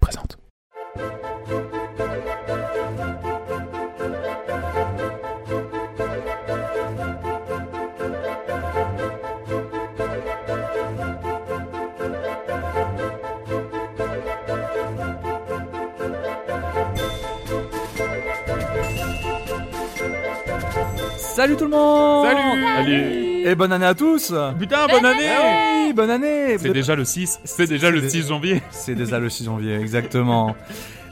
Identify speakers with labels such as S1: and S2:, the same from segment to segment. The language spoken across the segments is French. S1: présente.
S2: Salut tout le monde
S3: Salut
S2: Et bonne année à tous
S3: Putain, bonne année
S2: Oui, bonne année
S3: C'est déjà le 6, c'est déjà le
S2: C'est-
S3: 6 janvier.
S2: C'est déjà le 6 janvier, exactement.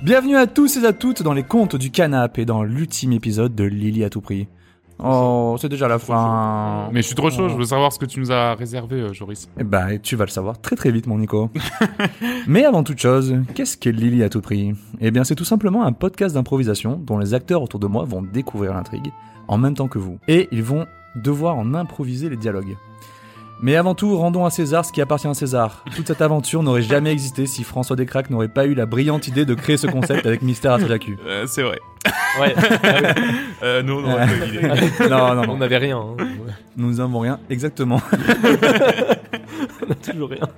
S2: Bienvenue à tous et à toutes dans les contes du canapé et dans l'ultime épisode de Lily à tout prix. Oh, c'est déjà la fin.
S3: Mais je suis trop chaud, je veux savoir ce que tu nous as réservé, euh, Joris.
S2: Eh ben, tu vas le savoir très très vite, mon Nico. Mais avant toute chose, qu'est-ce qu'est Lily à tout prix Eh bien, c'est tout simplement un podcast d'improvisation dont les acteurs autour de moi vont découvrir l'intrigue en même temps que vous. Et ils vont devoir en improviser les dialogues. Mais avant tout, rendons à César ce qui appartient à César. Toute cette aventure n'aurait jamais existé si François Descraques n'aurait pas eu la brillante idée de créer ce concept avec Mystère à Suzaku.
S3: Euh, c'est vrai.
S4: Ouais,
S3: Euh, non, non,
S2: Euh.
S3: pas idée.
S2: Non, non,
S4: on
S2: non,
S4: n'avait rien. hein.
S2: nous n'avons rien, exactement.
S4: On a toujours rien.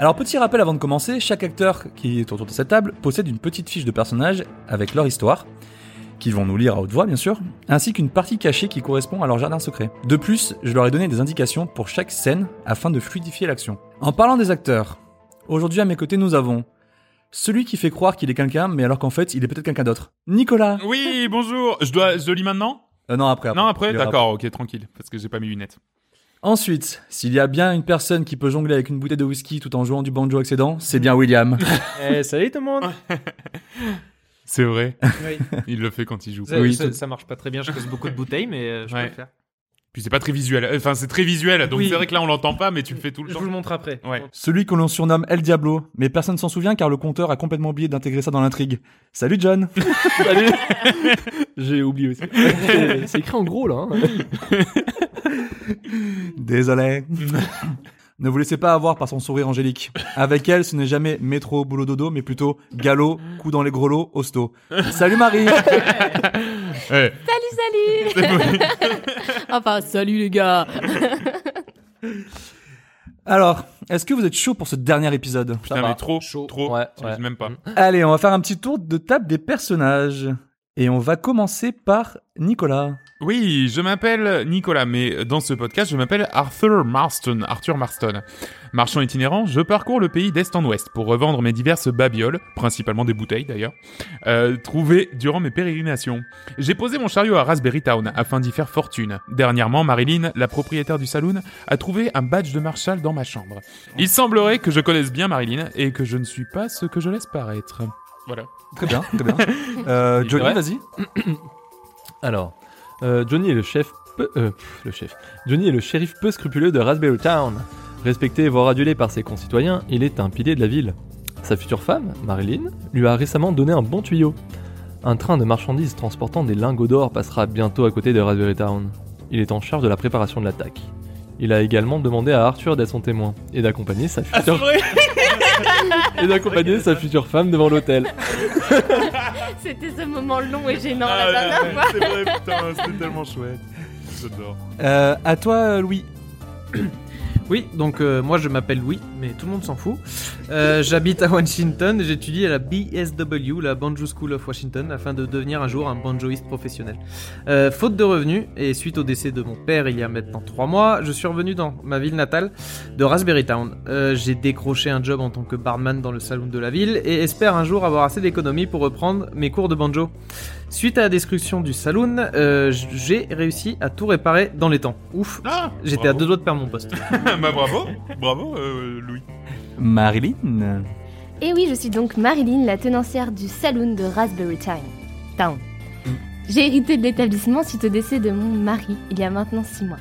S2: Alors petit rappel avant de commencer, chaque acteur qui est autour de cette table possède une petite fiche de personnage avec leur histoire, qu'ils vont nous lire à haute voix bien sûr, ainsi qu'une partie cachée qui correspond à leur jardin secret. De plus, je leur ai donné des indications pour chaque scène afin de fluidifier l'action. En parlant des acteurs, aujourd'hui à mes côtés nous avons celui qui fait croire qu'il est quelqu'un mais alors qu'en fait il est peut-être quelqu'un d'autre. Nicolas
S3: Oui, bonjour. Je dois, je le lis maintenant
S2: Euh, Non
S4: Ah,
S2: après.
S3: Non, après,
S2: Tu verras
S3: d'accord, ok, tranquille, parce que j'ai pas mes lunettes.
S2: Ensuite, s'il y a bien une personne qui peut jongler avec une bouteille de whisky tout en jouant du banjo avec ses dents, c'est bien William.
S4: Eh, salut tout le monde
S3: C'est vrai,
S4: oui.
S3: il le fait quand il joue.
S4: Ça,
S2: Oui,
S4: ça-
S2: tout-
S4: ça marche pas très bien, je casse beaucoup de bouteilles, mais euh, je
S3: Ouais.
S4: peux le faire.
S3: Puis c'est pas très visuel, euh, enfin c'est très visuel, donc
S4: Oui.
S3: c'est vrai que là on l'entend pas, mais tu le fais tout le
S4: Je
S3: temps.
S4: vous le montre après.
S3: Ouais.
S2: Celui que l'on surnomme El Diablo, mais personne s'en souvient car le compteur a complètement oublié d'intégrer ça dans l'intrigue. Salut John
S4: Salut J'ai oublié aussi. C'est écrit en gros là. hein.
S2: Désolé. ne vous laissez pas avoir par son sourire angélique. Avec elle, ce n'est jamais métro, boulot, dodo, mais plutôt galop, coup dans les grelots, hosto. Salut Marie
S3: Eh,
S5: Salut,
S3: c'est
S5: salut
S3: vrai.
S5: Enfin, salut les gars
S2: Alors, est-ce que vous êtes chaud pour ce dernier épisode
S3: Putain, mais trop, trop,
S4: Ouais,
S3: j'imagine
S4: ouais. Mm.
S3: même pas.
S2: Allez, on va faire un petit tour de table des personnages. Et on va commencer par Nicolas.
S3: Oui, je m'appelle Nicolas, mais dans ce podcast, je m'appelle Arthur Marston. Arthur Marston. Marchand itinérant, je parcours le pays d'est en ouest pour revendre mes diverses babioles, principalement des bouteilles d'ailleurs, euh, trouvées durant mes pérégrinations. J'ai posé mon chariot à Raspberry Town afin d'y faire fortune. Dernièrement, Marilyn, la propriétaire du saloon, a trouvé un badge de marshal dans ma chambre. Il semblerait que je connaisse bien Marilyn et que je ne suis pas ce que je laisse paraître. Voilà.
S2: Très bien, très bien. Euh, Johnny,
S4: Ouais.
S2: vas-y.
S4: Alors, euh, Johnny est le chef. peu- euh, pff, le chef. Johnny est le shérif peu scrupuleux de Raspberry Town. Respecté voire adulé par ses concitoyens, il est un pilier de la ville. Sa future femme, Marilyn, lui a récemment donné un bon tuyau. Un train de marchandises transportant des lingots d'or passera bientôt à côté de Raspberry Town. Il est en charge de la préparation de l'attaque. Il a également demandé à Arthur d'être son témoin et d'accompagner sa future et d'accompagner sa future femme devant l'hôtel.
S5: C'était ce moment long et gênant
S3: Ah,
S5: Oh la dernière fois.
S3: c'est vrai, putain, c'était tellement chouette. J'adore.
S2: Euh, à toi, Louis.
S6: Oui, donc euh, moi je m'appelle Louis, mais tout le monde s'en fout. Euh, J'habite à Washington et j'étudie à la BSW, la Banjo School of Washington, afin de devenir un jour un banjoïste professionnel. Euh, faute de revenus, et suite au décès de mon père il y a maintenant 3 mois, je suis revenu dans ma ville natale de Raspberry Town. Euh, J'ai décroché un job en tant que barman dans le saloon de la ville et espère un jour avoir assez d'économies pour reprendre mes cours de banjo. Suite à la destruction du saloon, euh, j'ai réussi à tout réparer dans les temps. Ouf,
S3: Ah
S6: j'étais à
S3: bravo.
S6: deux doigts de perdre mon poste.
S3: bah bravo, bravo euh, Louis.
S2: Marilyn.
S5: Et oui, je suis donc Marilyn, la tenancière du saloon de Raspberry Time. Town. J'ai hérité de l'établissement suite au décès de mon mari, il y a maintenant 6 mois.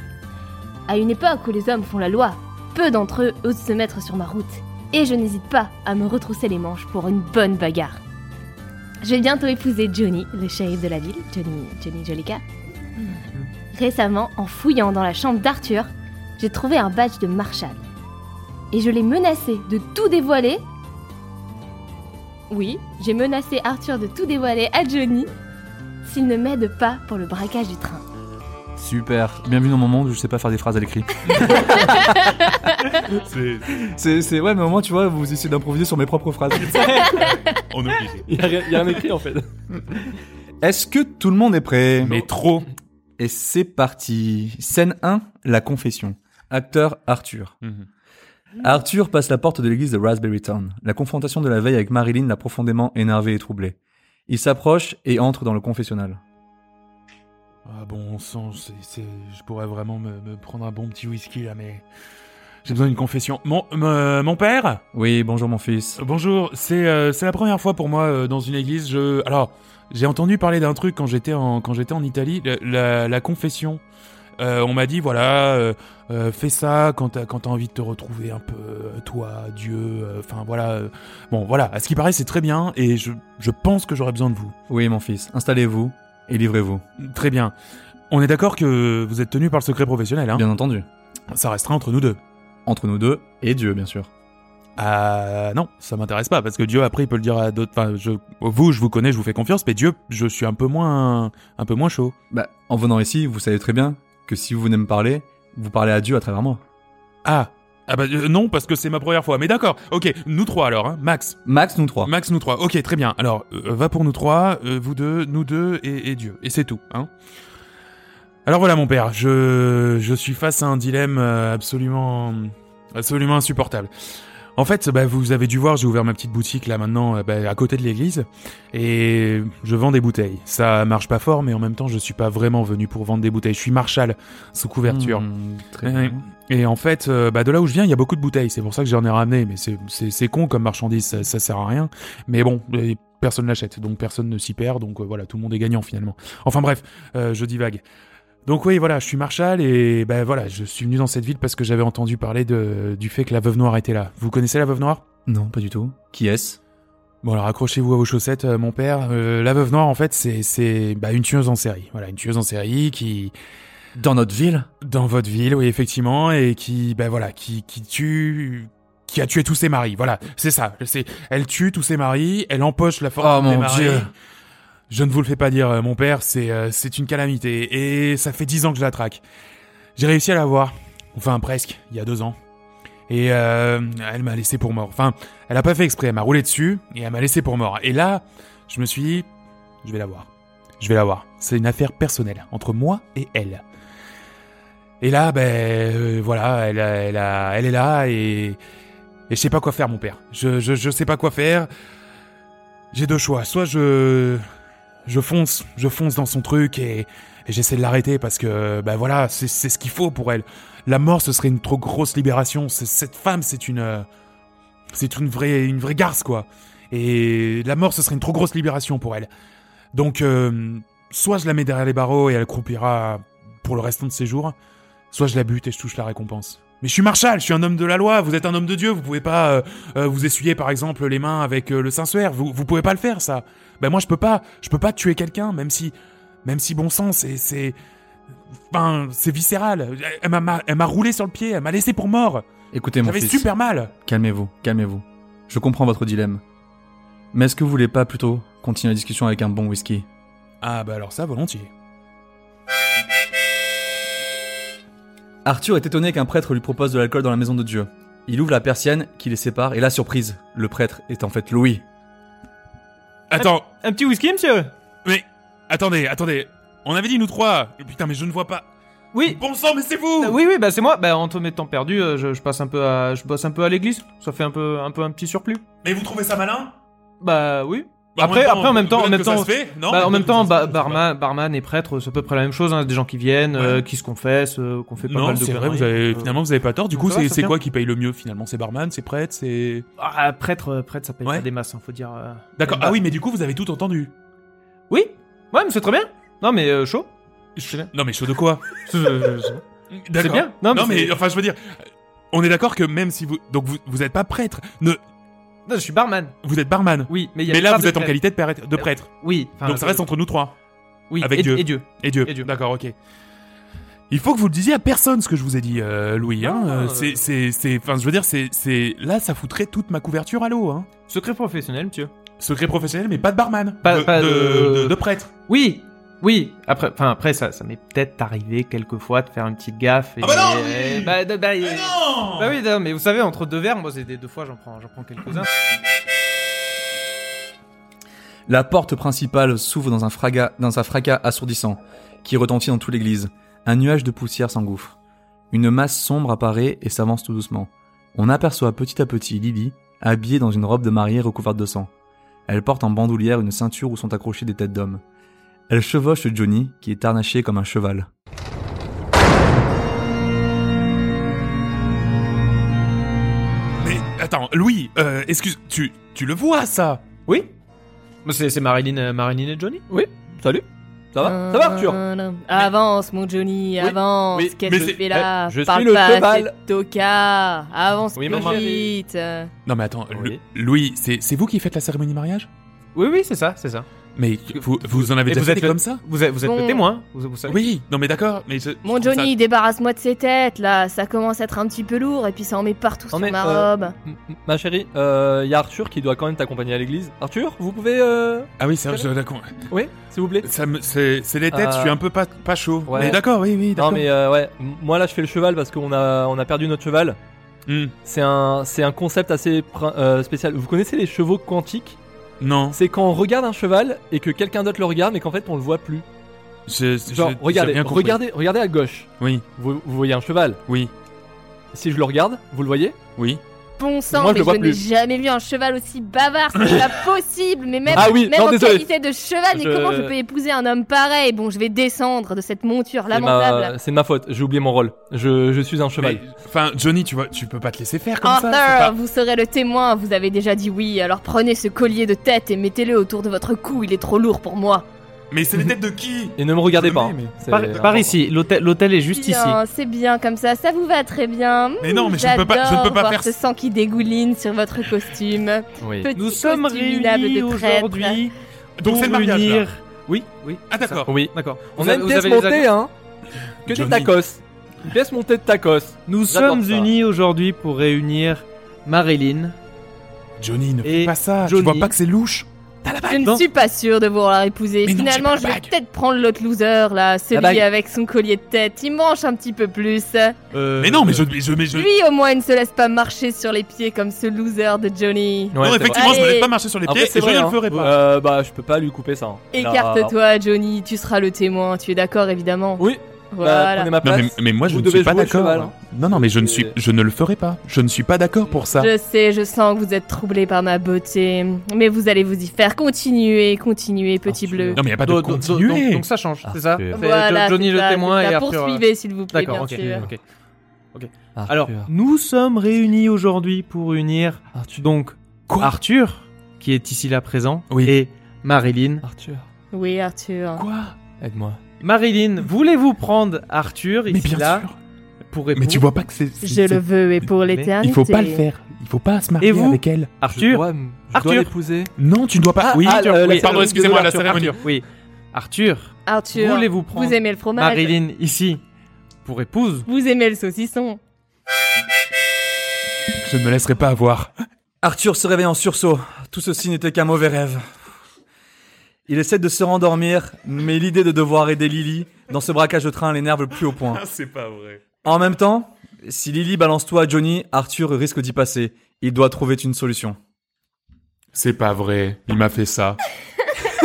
S5: À une époque où les hommes font la loi, peu d'entre eux osent se mettre sur ma route. Et je n'hésite pas à me retrousser les manches pour une bonne bagarre. Je vais bientôt épouser Johnny, le shérif de la ville, Johnny, Johnny Jolica. Récemment, en fouillant dans la chambre d'Arthur, j'ai trouvé un badge de Marshall. Et je l'ai menacé de tout dévoiler oui, j'ai menacé Arthur de tout dévoiler à Johnny s'il ne m'aide pas pour le braquage du train.
S2: Super. Bienvenue dans mon monde où je sais pas faire des phrases à l'écrit.
S3: C'est...
S2: C'est, c'est, ouais, mais au moins, tu vois, vous essayez d'improviser sur mes propres phrases.
S3: On est obligé.
S4: Il y a, rien- il y a rien écrit en fait.
S2: Est-ce que tout le monde est prêt
S3: Mais trop.
S2: Et c'est parti. Scène 1, la confession. Acteur Arthur.
S3: Mhm.
S2: Arthur passe la porte de l'église de Raspberry Town. La confrontation de la veille avec Marilyn l'a profondément énervé et troublé. Il s'approche et entre dans le confessionnal.
S3: Ah bon sang, c'est, c'est- je pourrais vraiment me, me prendre un bon petit whisky là, mais j'ai besoin d'une confession. Mon, me- mon père
S2: Oui, bonjour mon fils.
S3: Euh, Bonjour, c'est euh, c'est la première fois pour moi euh, dans une église. Je alors j'ai entendu parler d'un truc quand j'étais en quand j'étais en Italie, la, la- la confession. Euh, on m'a dit voilà euh, euh, fais ça quand t'as quand t'as envie de te retrouver un peu euh, toi Dieu euh, enfin voilà euh, bon voilà à ce qui paraît c'est très bien et je je pense que j'aurai besoin de vous
S2: Oui, mon fils. Installez-vous et livrez-vous.
S3: très bien on est d'accord que vous êtes tenu par le secret professionnel hein
S2: Bien entendu.
S3: ça restera entre nous deux
S2: Entre nous deux et Dieu, bien sûr.
S3: Ah non, ça m'intéresse pas parce que Dieu après il peut le dire à d'autres. Enfin, je, vous, je vous connais, je vous fais confiance, mais Dieu, je suis un peu moins, un peu moins chaud.
S2: Bah, en venant ici, vous savez très bien que si vous venez me parler, vous parlez à Dieu à travers moi.
S3: Ah, ah bah euh, non parce que c'est ma première fois. Mais d'accord, ok, nous trois alors, hein, Max,
S2: Max, nous trois.
S3: Max, nous trois. Ok, très bien. Alors euh, va pour nous trois, euh, vous deux, nous deux et, et Dieu. Et c'est tout, hein. Alors voilà mon père, je, je suis face à un dilemme euh, absolument, absolument insupportable. En fait, bah, vous avez dû voir, j'ai ouvert ma petite boutique là maintenant, euh, bah, à côté de l'église, et je vends des bouteilles. Ça marche pas fort, mais en même temps, je suis pas vraiment venu pour vendre des bouteilles. Je suis marshal sous couverture.
S2: Hmm, très
S3: Ouais.
S2: bien.
S3: Et en fait, euh, bah, de là où je viens, il y a beaucoup de bouteilles. C'est pour ça que j'en ai ramené, mais c'est- c'est c'est con comme marchandise, ça, ça sert à rien. Mais bon, et personne l'achète, donc personne ne s'y perd, donc euh, voilà, tout le monde est gagnant finalement. Enfin bref, euh, je divague. Donc oui, voilà, je suis Marshall et bah, voilà, je suis venu dans cette ville parce que j'avais entendu parler de, du fait que la veuve noire était là. Vous connaissez la veuve noire
S2: Non, pas du tout. Qui est-ce
S3: Bon alors accrochez-vous à vos chaussettes, euh, mon père. Euh, la veuve noire, en fait, c'est c'est bah, une tueuse en série. Voilà, une tueuse en série qui
S2: Dans notre ville
S3: dans votre ville, oui, effectivement, et qui, ben voilà, qui, qui tue, qui a tué tous ses maris. Voilà, c'est ça. C'est, elle tue tous ses maris, elle empoche la fortune
S2: Oh, mon
S3: des maris.
S2: Dieu.
S3: Je ne vous le fais pas dire, euh, mon père, c'est, euh, c'est une calamité, et ça fait dix ans que je la traque. J'ai réussi à la voir, enfin presque, il y a deux ans. Et euh, elle m'a laissé pour mort. Enfin, elle a pas fait exprès, elle m'a roulé dessus et elle m'a laissé pour mort. Et là, je me suis dit, je vais la voir. Je vais la voir. C'est une affaire personnelle entre moi et elle. Et là, ben euh, voilà, elle, a- elle, a- elle est là et, et je sais pas quoi faire, mon père. Je, je, je sais pas quoi faire. J'ai deux choix. Soit je je fonce, je fonce dans son truc et, et j'essaie de l'arrêter parce que ben voilà, c'est c'est ce qu'il faut pour elle. La mort, ce serait une trop grosse libération. C'est- Cette femme, c'est une euh, c'est une vraie une vraie garce quoi. Et la mort, ce serait une trop grosse libération pour elle. Donc euh, soit je la mets derrière les barreaux et elle croupira pour le restant de ses jours, Soit je la bute et je touche la récompense. Mais je suis marshal, je suis un homme de la loi, vous êtes un homme de Dieu, vous pouvez pas euh, euh, vous essuyer par exemple les mains avec euh, le Saint-Suaire, vous, vous pouvez pas le faire ça. Ben moi je peux pas, je peux pas tuer quelqu'un, même si, même si bon sang, c'est, c'est, enfin, c'est viscéral. Elle- Elle m'a, elle m'a roulé sur le pied, elle m'a laissé pour mort.
S2: Écoutez, mon
S3: J'avais
S2: fils.
S3: super mal.
S2: Calmez-vous, calmez-vous. Je comprends votre dilemme. Mais est-ce que vous voulez pas plutôt continuer la discussion avec un bon whisky
S3: Ah bah alors ça volontiers.
S2: Arthur est étonné qu'un prêtre lui propose de l'alcool dans la maison de Dieu. Il ouvre la persienne qui les sépare et là, surprise, le prêtre est en fait Louis.
S3: Attends,
S6: Un petit whisky, monsieur
S3: mais attendez, attendez. On avait dit nous trois. Putain mais je ne vois pas.
S6: Oui
S3: Bon sang mais c'est vous.
S6: Ah, Oui, oui, bah c'est moi. Bah, entre mes temps perdus, euh, je, je passe un peu à, je bosse un peu à l'église. Ça fait un peu, un peu un petit surplus.
S3: Mais vous trouvez ça malin
S6: Bah oui.
S3: Bah,
S6: Après- après, en même temps- en
S3: peut-être
S6: même
S3: que ça
S6: temps-
S3: se fait, non
S6: bah, en même temps,
S3: Peut-être que ça
S6: bah,
S3: se fait, je sais pas.
S6: barman, barman et prêtre, c'est à peu près la même chose. Hein. Des gens qui viennent, euh,
S3: Ouais.
S6: qui se confessent, euh, qu'on fait pas
S3: Non,
S6: mal de
S3: c'est vrai,
S6: conneries.
S3: vous avez,
S6: Euh,
S3: finalement, vous avez pas tort. Du
S6: ça
S3: coup,
S6: va,
S3: c'est
S6: ça
S3: c'est
S6: vient.
S3: quoi qui paye le mieux finalement C'est barman, c'est prêtre, c'est.
S6: Ah, prêtre, euh, prêtre, ça paye
S3: Ouais.
S6: pas des masses, hein, faut dire. euh,
S3: D'accord.
S6: mais
S3: Ah
S6: bah-
S3: oui, mais du coup, vous avez tout entendu.
S6: Oui. Ouais, mais c'est très bien. Non, mais euh, chaud.
S3: Non, mais chaud de quoi
S6: C'est c'est
S3: D'accord.
S6: bien.
S3: Non,
S6: Non, mais,
S3: mais
S6: c'est-
S3: enfin, je veux dire, on est d'accord que même si vous, donc vous, vous êtes pas prêtre, ne,
S6: non, je suis barman.
S3: vous êtes barman.
S6: Oui, mais il y a
S3: mais
S6: une
S3: là,
S6: part
S3: vous
S6: de
S3: êtes en
S6: prêtre.
S3: qualité de prêtre. de prêtre.
S6: Oui. enfin,
S3: donc ça
S6: je-
S3: reste entre nous trois
S6: oui,
S3: avec
S6: et,
S3: Dieu.
S6: et Dieu.
S3: et Dieu.
S6: Et Dieu.
S3: D'accord, ok. Il faut que vous le disiez à personne ce que je vous ai dit, euh, Louis. Hein.
S6: Non,
S3: Euh,
S6: euh,
S3: C'est, c'est, c'est, enfin, je veux dire, c'est, c'est, là, ça foutrait toute ma couverture à l'eau. Hein.
S6: Secret professionnel, monsieur.
S3: Secret professionnel, mais pas de barman.
S6: Pas-
S3: de,
S6: pas
S3: de-
S6: de-
S3: de- de prêtre.
S6: Oui. Oui, après, enfin après ça, ça m'est peut-être arrivé quelquefois de faire une petite gaffe. Et,
S3: Ah bah non, oui Ah
S6: et- bah, bah, bah, et-
S3: non
S6: bah oui, non, mais vous savez, entre deux verres, moi, c'est des deux fois, j'en prends, j'en prends quelques-uns.
S2: La porte principale s'ouvre dans un, fraga- dans un fracas assourdissant, qui retentit dans toute l'église. Un nuage de poussière s'engouffre. Une masse sombre apparaît et s'avance tout doucement. On aperçoit petit à petit Lily, habillée dans une robe de mariée recouverte de sang. Elle porte en bandoulière une ceinture où sont accrochées des têtes d'hommes. Elle chevauche Johnny, qui est harnaché comme un cheval.
S3: Mais attends, Louis, euh, excuse, tu, tu le vois ça
S6: Oui Mais C'est, c'est Marilyn, euh, Marilyn et Johnny
S4: Oui, salut. Ça va Ça va, Arthur
S7: Euh, Avance, mon Johnny,
S4: Oui,
S7: avance.
S4: oui,
S7: Qu'est-ce
S3: mais
S7: que tu
S3: c'est-
S7: fais là
S4: Eh, je
S7: Parle
S4: suis le
S7: pas,
S4: cheval.
S7: c'est Toka. Avance
S4: Oui,
S7: plus
S4: maman.
S7: vite.
S3: Non mais attends,
S4: Oui.
S3: Lu- Louis, c'est c'est vous qui faites la cérémonie mariage
S6: Oui, oui, c'est ça, c'est ça.
S3: Mais vous, vous en avez
S6: Et
S3: déjà
S6: vous êtes
S3: fait
S6: le-
S3: comme ça
S6: Vous êtes, vous êtes
S7: Bon.
S6: le témoin, vous, vous savez.
S3: Oui, non mais d'accord, mais je-
S7: Mon
S3: je trouve
S7: Johnny, débarrasse-moi de ces têtes là. Ça commence à être un petit peu lourd et puis ça en met partout
S4: Non,
S7: sur
S4: mais,
S7: ma
S4: euh,
S7: robe.
S4: M- m- Ma chérie, euh, y a Arthur qui doit quand même t'accompagner à l'église. Arthur, vous pouvez. euh,
S3: ça- Ah oui, c'est je- d'accord.
S4: Oui, s'il vous plaît.
S3: Ça me- C'est c'est les têtes,
S4: Euh,
S3: je suis un peu pas, pas chaud.
S4: ouais.
S3: Mais d'accord, oui, oui,
S4: Non
S3: d'accord.
S4: mais euh, ouais, m- moi là je fais le cheval parce qu'on a on a perdu notre cheval.
S3: Hmm,
S4: C'est un c'est un concept assez prin- euh, spécial. Vous connaissez les chevaux quantiques
S3: Non,
S4: C'est quand on regarde un cheval et que quelqu'un d'autre le regarde mais qu'en fait on le voit plus.
S3: je- je-
S4: Genre
S3: j'ai
S4: regardez,
S3: bien compris.
S4: regardez, regardez à gauche.
S3: Oui,
S4: Vous, vous voyez un cheval.
S3: oui,
S4: Si je le regarde, vous le voyez
S7: Eh
S3: oui.
S7: Bon sang,
S4: Moi, je
S7: mais
S4: le vois
S7: je n'ai
S4: plus.
S7: jamais vu un cheval aussi bavard, c'est pas possible. Mais même,
S4: Ah oui,
S7: ben, même
S4: non,
S7: en
S4: désolé.
S7: qualité de cheval, mais
S4: Je-
S7: comment je peux épouser un homme pareil Bon, je vais descendre de cette monture
S4: C'est
S7: lamentable.
S4: ma- Euh, c'est de ma faute. J'ai oublié mon rôle. Je, je suis un cheval.
S3: Mais, Enfin, Johnny, tu vois, tu peux pas te laisser faire comme
S7: Arthur,
S3: ça. c'est pas-
S7: vous serez le témoin, vous avez déjà dit oui, alors prenez ce collier de tête et mettez-le autour de votre cou, il est trop lourd pour moi.
S3: Mais c'est les têtes de qui
S4: Et ne me regardez pas. hein.
S3: Mais-
S4: C'est
S6: Par,
S4: important.
S6: par ici, l'hôtel, l'hôtel est juste ici.
S7: Bien, c'est bien comme ça, ça vous va très bien.
S3: Mais non,
S7: Mmh,
S3: mais je ne peux pas- je ne peux
S7: j'adore
S3: pas
S7: voir
S3: faire
S7: ce
S3: ça.
S7: sang qui dégouline sur votre costume.
S4: Oui.
S7: Petit
S6: Nous sommes
S7: costume minable
S6: réunis
S7: de traître.
S6: aujourd'hui
S3: Donc
S6: pour
S3: c'est le mariage, là.
S6: unir- Oui, oui.
S3: Ah
S6: c'est ça.
S3: d'accord.
S4: Oui.
S6: D'accord.
S4: On
S6: Vous
S4: a
S6: avez-
S4: une
S6: vous
S4: pièce
S6: avez les
S4: montée
S6: avis
S4: hein. Que des
S3: Johnny.
S4: tacos. Une pièce montée de tacos.
S6: Nous
S4: J'adore
S6: sommes
S4: ça.
S6: unis aujourd'hui pour réunir Marilyn.
S3: Johnny, ne
S6: Et
S3: fais pas ça. Tu
S6: Johnny.
S3: vois pas que c'est louche
S7: Je ne
S6: Non.
S7: suis pas sûre de vouloir épouser.
S3: Mais non,
S7: Finalement,
S3: j'ai
S7: je
S3: pas la
S7: vais
S3: bague.
S7: peut-être prendre l'autre loser, là, celui
S4: bague.
S7: avec son collier de tête. Il mange un petit peu plus.
S6: Euh,
S3: Mais non, mais je, mais je, mais je-
S7: Lui, au moins, il ne se laisse pas marcher sur les pieds comme ce loser de Johnny.
S3: non,
S4: Ouais, c'est
S3: effectivement, je me
S7: Allez.
S3: laisse pas marcher sur les
S4: En
S3: pieds.
S4: fait, c'est
S3: et je
S4: vrai,
S3: ne
S4: hein.
S3: le ferai pas.
S4: Euh, bah, je peux pas lui couper ça. hein. Là,
S7: Écarte-toi, Johnny, tu seras le témoin, tu es d'accord évidemment
S4: Oui, bah,
S7: Voilà.
S4: prenez ma
S3: Non,
S4: place.
S3: mais, mais moi je
S4: Vous
S3: ne suis
S4: devez
S3: pas
S4: jouer au cheval,
S3: d'accord.
S4: hein.
S3: Non, non, mais je ne suis,
S4: Et-
S3: je ne le ferai pas. Je ne suis pas d'accord pour ça.
S7: Je sais, je sens que vous êtes troublé par ma beauté, mais vous allez vous y faire. Continuez, continuez, petit
S4: Arthur.
S7: bleu.
S3: Non, mais y a pas de
S6: Do- do- do- donc,
S3: continuer.
S6: donc ça change,
S4: Ah,
S6: c'est ça
S4: ok.
S6: C'est
S7: Voilà,
S6: Jo- Johnny
S7: c'est
S6: le
S7: ça,
S6: témoin
S7: c'est ça.
S6: et Arthur. euh,
S7: Poursuivez, s'il vous plaît,
S6: D'accord,
S7: bien
S6: ok.
S7: sûr.
S6: ok.
S4: Arthur,
S6: Alors, nous sommes réunis aujourd'hui pour unir
S4: Arthur,
S6: donc
S3: Quoi
S6: Arthur, qui est ici là présent,
S3: Oui.
S6: et Marilyn.
S4: Arthur,
S7: Oui, Arthur.
S3: Quoi
S4: aide-moi.
S6: Marilyn, voulez-vous prendre Arthur
S3: Mais
S6: ici
S3: bien
S6: là
S3: sûr.
S6: pour répondre
S3: Mais tu vois pas que c'est.
S7: Je
S3: c'est-
S7: le veux et pour
S6: Mais
S7: l'éternité.
S3: Il faut pas le faire. Il faut pas se marier
S6: Et vous
S3: avec elle.
S4: Je
S6: Arthur
S4: dois, m- je
S6: Arthur.
S4: dois l'épouser.
S3: Non, tu ne dois pas.
S4: Ah,
S3: oui.
S4: ah,
S3: Arthur,
S4: euh,
S3: oui,
S4: la
S3: pardon,
S4: cérémonie,
S3: excusez-moi, la
S4: Arthur,
S3: cérémonie.
S6: Oui, Arthur,
S7: Arthur,
S6: voulez-vous prendre
S7: vous aimez le fromage
S6: Marilyn ici pour épouse
S7: Vous aimez le saucisson
S3: Je ne me laisserai pas avoir.
S2: Arthur se réveille en sursaut. Tout ceci n'était qu'un mauvais rêve. Il essaie de se rendormir, mais l'idée de devoir aider Lily dans ce braquage de train l'énerve plus au point.
S3: Ah, C'est pas vrai.
S2: En même temps, si Lily balance toi à Johnny, Arthur risque d'y passer. Il doit trouver une solution.
S3: C'est pas vrai. Il m'a fait ça.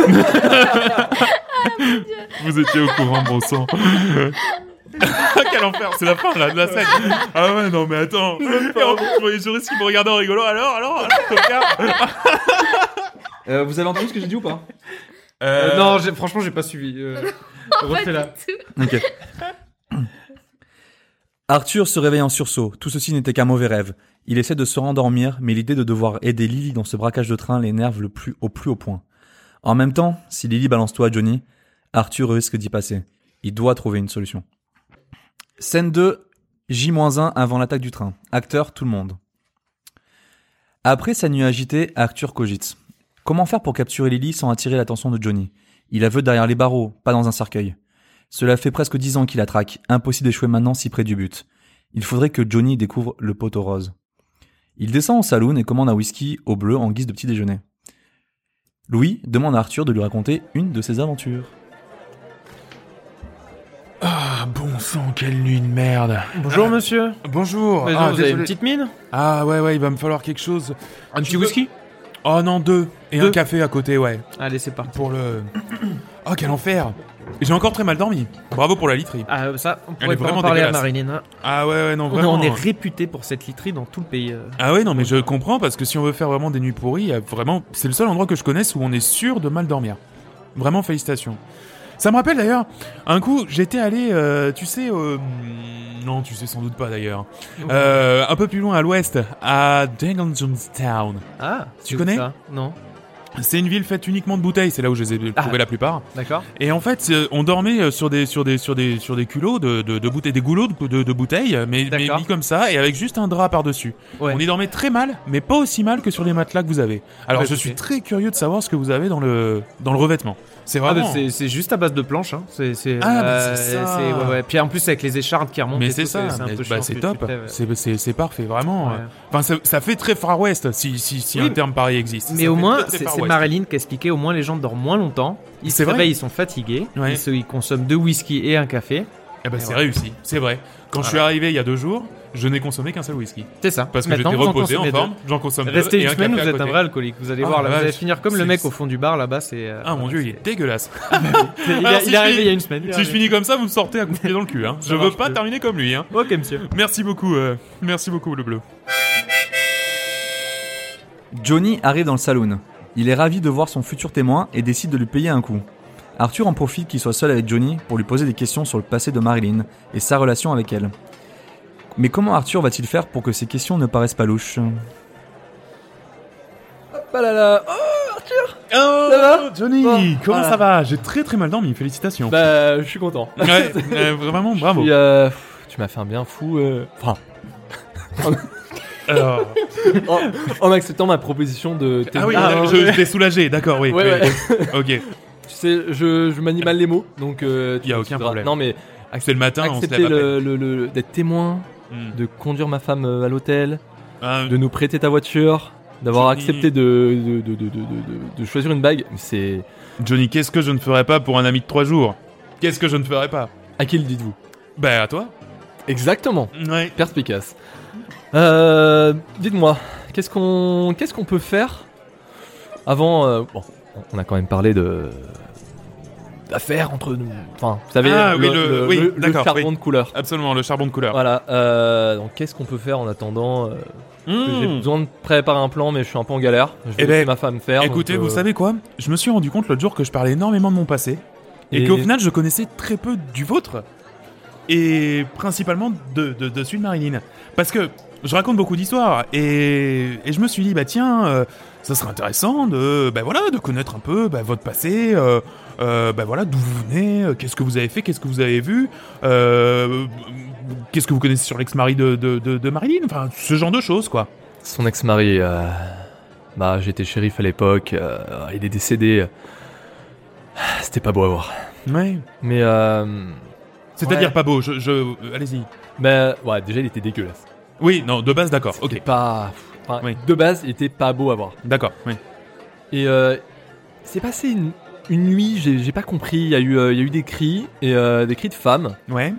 S3: Vous étiez au courant, bon sang. Quel enfer, c'est la fin là, de la scène. Ah ouais, non mais attends. Et en plus, je voyais Joris qui me regardait en rigolant. Alors, alors, alors, tocard.
S4: vous avez entendu ce que j'ai dit ou pas
S6: Euh, Non, j'ai- franchement, j'ai pas suivi. euh,
S7: Pas
S6: Refais-la.
S7: du tout.
S2: Ok. Arthur se réveille en sursaut. Tout ceci n'était qu'un mauvais rêve. Il essaie de se rendormir, mais l'idée de devoir aider Lily dans ce braquage de train l'énerve le plus, au plus haut point. En même temps, si Lily balance toi à Johnny, Arthur risque d'y passer. Il doit trouver une solution. Scène 2, J-1 avant l'attaque du train. Acteur, tout le monde. Après sa nuit agitée, Arthur cogite. Comment faire pour capturer Lily sans attirer l'attention de Johnny Il la veut derrière les barreaux, pas dans un cercueil. Cela fait presque dix ans qu'il la traque. Impossible d'échouer maintenant si près du but. Il faudrait que Johnny découvre le poteau rose. Il descend au saloon et commande un whisky au bleu en guise de petit déjeuner. Louis demande à Arthur de lui raconter une de ses aventures.
S3: Ah bon sang, quelle nuit de merde.
S6: Bonjour monsieur.
S3: Bonjour.
S6: Mais non,
S3: ah,
S6: vous avez une
S3: désolé.
S6: petite mine
S3: Ah ouais ouais, il va me falloir quelque chose.
S6: Un
S3: petit whisky Oh non, deux et
S6: Deux.
S3: un café à côté, ouais,
S6: Allez, c'est parti.
S3: pour le Oh quel enfer. J'ai encore très mal dormi. Bravo pour la literie.
S6: Ah, euh, ça, on
S3: Elle
S6: pourrait
S3: est
S6: pas en
S3: vraiment
S6: parler à
S3: dégueulasse.
S6: Marilyn. hein.
S3: Ah ouais ouais, non
S6: On est-
S3: vraiment.
S6: On est réputé pour cette literie dans tout le pays. euh.
S3: Ah ouais, non mais je comprends parce que si on veut faire vraiment des nuits pourries, il y a vraiment c'est le seul endroit que je connaisse où on est sûr de mal dormir. Vraiment félicitations. Ça me rappelle d'ailleurs, un coup j'étais allé, euh, tu sais, euh, non tu sais sans doute pas d'ailleurs, Euh, un peu plus loin à l'ouest, à Jonestown.
S6: Ah,
S3: Tu
S6: c'est où
S3: connais
S6: ça Non.
S3: C'est une ville faite uniquement de bouteilles, c'est là où je les ai trouvées
S6: Ah.
S3: la plupart.
S6: D'accord.
S3: Et en fait, euh, on dormait euh, sur des sur des sur des sur des culots de, de, de bouteilles, des goulots de, de- de bouteilles, mais, mais
S6: D'accord.
S3: mis comme ça et avec juste un drap par dessus.
S6: Ouais.
S3: On y dormait très mal, mais pas aussi mal que sur les matelas que vous avez. Alors
S6: Ouais,
S3: je
S6: je
S3: suis
S6: sais.
S3: très curieux de savoir ce que vous avez dans le dans le revêtement. C'est
S6: Ah, bah,
S3: vraiment.
S6: c'est c'est juste à base de planches. Hein. C'est c'est.
S3: Ah, bah,
S6: euh,
S3: c'est ça.
S6: c'est- ouais, ouais. Puis en plus avec les échardes qui remontent.
S3: mais
S6: et
S3: c'est
S6: tout,
S3: ça,
S6: un
S3: mais-
S6: peu
S3: bah,
S6: chiant
S3: c'est
S6: que-
S3: top,
S6: que t'aies, ouais.
S3: c'est c'est- c'est parfait vraiment. euh. hein.
S6: Ouais.
S3: Enfin ça, ça fait très Far West si si si
S6: Oui,
S3: un terme pareil existe.
S6: Mais
S3: Ça
S6: au
S3: fait
S6: moins,
S3: très, très
S6: c'est
S3: Far
S6: c'est
S3: West.
S6: Marilyn qui a expliqué, au moins les gens dorment moins longtemps. Ils se
S3: C'est vrai.
S6: réveillent, ils sont fatigués.
S3: Ouais.
S6: Ils, se- ils consomment deux whisky et un café.
S3: Eh ben,
S6: Et
S3: c'est
S6: voilà.
S3: réussi, c'est vrai. Quand je suis arrivé il y a deux jours, je n'ai consommé qu'un seul whisky.
S6: C'est ça.
S3: Parce que
S6: Maintenant,
S3: j'étais
S6: vous en
S3: reposé en
S6: consommez
S3: forme, j'en consomme
S6: deux.
S3: deux
S6: Restez
S3: et
S6: une
S3: un
S6: semaine, vous
S3: café à
S6: êtes un
S3: côté.
S6: vrai alcoholique. Vous allez
S3: Ah,
S6: voir,
S3: la
S6: là, vous allez
S3: vache.
S6: finir comme le
S3: C'est-
S6: mec au fond du bar là-bas. C'est. euh,
S3: Ah mon dieu, il est dégueulasse.
S6: c'est- Il,
S3: Alors,
S6: a-
S3: si
S6: il
S3: je
S6: est arrivé
S3: finis-
S6: il y a une semaine. il est
S3: Si je
S6: arrivé.
S3: finis comme ça, vous me sortez à coups de pied dans le cul. Hein. Je veux
S6: marche euh.
S3: pas
S6: plus.
S3: terminer comme lui. Hein.
S6: Ok, monsieur.
S3: Merci beaucoup, euh, merci beaucoup le bleu.
S2: Johnny arrive dans le saloon. Il est ravi de voir son futur témoin et décide de lui payer un coup. Arthur en profite qu'il soit seul avec Johnny pour lui poser des questions sur le passé de Marilyn et sa relation avec elle. Mais comment Arthur va-t-il faire pour que ces questions ne paraissent pas louches Hop
S4: Bah
S2: là là
S3: Oh,
S2: va
S3: Johnny,
S2: Bon,
S3: comment
S2: voilà.
S3: ça va J'ai très très mal dormi, félicitations.
S4: Bah, je suis content.
S3: Ouais, euh, vraiment, bravo.
S4: Puis, euh, pff, tu m'as fait un bien fou. euh, Enfin,
S3: Alors,
S4: en, en acceptant ma proposition de.
S3: Euh,
S4: Euh,
S3: ah oui,
S4: t'aider.
S3: je- je t'ai soulagé, d'accord, oui.
S4: Ouais,
S3: oui, oui. Ok,
S4: Tu sais, je, je manie mal les mots, donc. Euh, tu
S3: Y a
S4: me
S3: aucun
S4: suivras.
S3: problème.
S4: Non, mais
S3: c'est le matin, on se
S4: accepter
S3: lève à
S4: le, le- le- d'être témoin,
S3: peine. Hmm.
S4: de conduire ma femme euh, à l'hôtel,
S3: Ah,
S4: de nous prêter ta voiture, d'avoir
S3: Johnny.
S4: accepté de de, de, de, de, de- de choisir une bague. Mais c'est
S3: Johnny, qu'est-ce que je ne ferais pas pour un ami de trois jours Qu'est-ce que je ne ferais pas
S4: à qui le dites-vous
S3: Bah à toi.
S4: Exactement.
S3: Ouais.
S4: Perspicace. Euh, dites-moi, qu'est-ce qu'on qu'est-ce qu'on peut faire avant euh, bon, on a quand même parlé de d'affaires entre nous. Enfin, vous savez
S3: Ah, oui, le- oui,
S4: le
S3: d'accord,
S4: charbon
S3: oui.
S4: de couleur.
S3: Absolument, le charbon de couleur.
S4: Voilà, euh, donc qu'est-ce qu'on peut faire en attendant euh, parce que J'ai
S3: Hmm.
S4: besoin de préparer un plan, mais je suis un peu en galère. Je vais
S3: Eh ben,
S4: laisser ma femme faire. donc,
S3: Écoutez, vous
S4: euh,
S3: savez quoi Je me suis rendu compte l'autre jour que je parlais énormément de mon passé et,
S4: Et-
S3: qu'au final je connaissais très peu du vôtre et principalement de, de, de celui de Marilyn. Parce que je raconte beaucoup d'histoires et, et je me suis dit, bah tiens, euh, ça serait intéressant de, bah, voilà, de connaître un peu bah, votre passé, euh, euh, bah, voilà, d'où vous venez, euh, qu'est-ce que vous avez fait, qu'est-ce que vous avez vu, euh, qu'est-ce que vous connaissez sur l'ex-mari de, de, de, de Marilyn, enfin ce genre de choses quoi.
S4: Son ex-mari, euh, bah j'étais shérif à l'époque. euh, il est décédé. C'était pas beau à voir.
S3: Ouais.
S4: Mais euh,
S3: C'est-à-dire
S4: Ouais.
S3: pas beau, je, je... euh, allez-y.
S4: bah, ouais, déjà il était dégueulasse.
S3: Oui, non, de base, d'accord.
S4: C'était
S3: Ok,
S4: Pas. enfin,
S3: Oui.
S4: De base, il était pas beau à voir.
S3: d'accord. Oui.
S4: Et euh, c'est passé une, une nuit. J'ai j'ai pas compris. Il y a eu, euh, il y a eu des cris et euh, des cris de femmes.
S3: Ouais,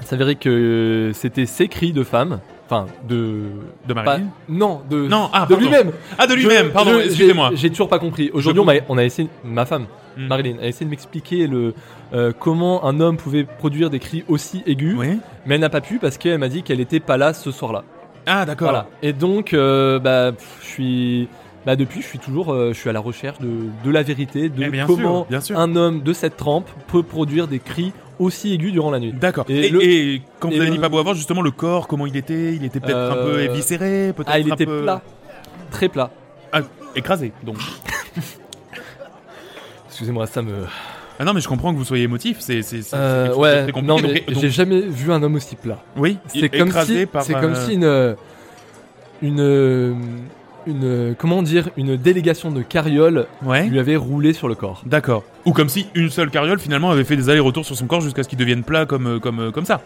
S4: Il s'avérait que c'était ces cris de femmes. Enfin, de.
S3: de
S4: pas-
S3: Marilyn.
S4: non, de.
S3: Non, ah,
S4: de
S3: pardon.
S4: lui-même.
S3: Ah, de
S4: Je-
S3: lui-même, pardon,
S4: je- j'ai-
S3: excusez-moi.
S4: J'ai toujours pas compris. Aujourd'hui, on m'a- on a essayé, ma femme,
S3: Mm.
S4: Marilyn, a essayé de m'expliquer le euh, comment un homme pouvait produire des cris aussi aigus,
S3: Oui.
S4: mais elle n'a pas pu parce qu'elle m'a dit qu'elle était pas là ce soir-là.
S3: Ah, d'accord.
S4: Voilà. Et donc, euh, bah, pff, je suis, bah, depuis, je suis toujours, euh, je suis à la recherche de, de la vérité, de
S3: Eh bien
S4: comment
S3: sûr, bien sûr.
S4: un homme de cette trempe peut produire des cris aussi aigus durant la nuit.
S3: D'accord.
S4: Et
S3: Et,
S4: le-
S3: et quand
S4: et
S3: vous avez dit
S4: le-
S3: pas beau avoir, justement, le corps, comment il était Il était peut-être un peu
S4: Euh,
S3: éviscéré, peut-être
S4: Ah, il
S3: un
S4: était
S3: peu...
S4: plat, très plat.
S3: Ah, écrasé, donc.
S4: Excusez-moi, ça me.
S3: Ah non, mais je comprends que vous soyez émotif, c'est c'est- c'est- c'est
S4: Euh,
S3: quelque chose de
S4: ouais,
S3: très
S4: non
S3: compliqué.
S4: mais
S3: donc-
S4: j'ai jamais vu un homme aussi plat.
S3: donc- oui,
S4: C'est comme
S3: écrasé
S4: si,
S3: par...
S4: c'est comme
S3: euh,
S4: si une, une, une, euh, comment dire, une délégation de carrioles
S3: Ouais,
S4: lui avait roulé sur le corps.
S3: d'accord. Ou comme si une seule carriole, finalement, avait fait des allers-retours sur son corps jusqu'à ce qu'il devienne plat comme, euh, comme, euh, comme ça.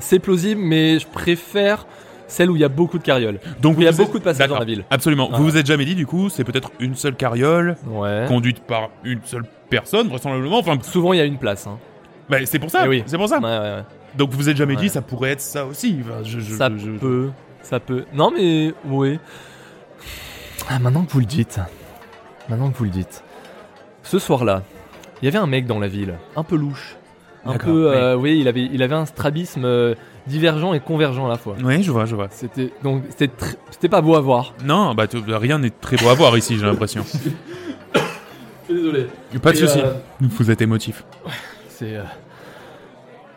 S4: C'est plausible, mais je préfère celle où il y a beaucoup de carrioles.
S3: Donc
S4: Il y a
S3: vous vous êtes-
S4: beaucoup de passages dans
S3: D'accord.
S4: la ville.
S3: Absolument.
S4: Voilà. Hein
S3: Vous vous êtes jamais dit, du coup, c'est peut-être une seule carriole
S4: Ouais.
S3: conduite par une seule personne, vraisemblablement. Enfin,
S4: Souvent, il y a une place. hein.
S3: Bah, c'est pour ça.
S4: Eh oui.
S3: C'est pour ça.
S4: Ouais, ouais, ouais.
S3: Donc vous vous êtes jamais
S4: Ouais.
S3: dit ça pourrait être ça aussi. Enfin, je- je-
S4: ça
S3: je- je-
S4: peut, ça peut. Non mais oui. Ah, maintenant que vous le dites, maintenant que vous le dites, ce soir-là, il y avait un mec dans la ville, un peu louche, un
S2: D'accord,
S4: peu, euh, oui, il avait, il avait un strabisme euh, divergent et convergent à la fois.
S3: Oui, je vois, je vois.
S4: C'était donc c'était tr- c'était pas beau à voir.
S3: Non, bah tu- rien n'est très beau à voir ici, j'ai l'impression.
S4: Désolé.
S3: Pas de
S4: Et,
S3: souci.
S4: euh,
S3: Vous êtes émotif.
S4: C'est. euh,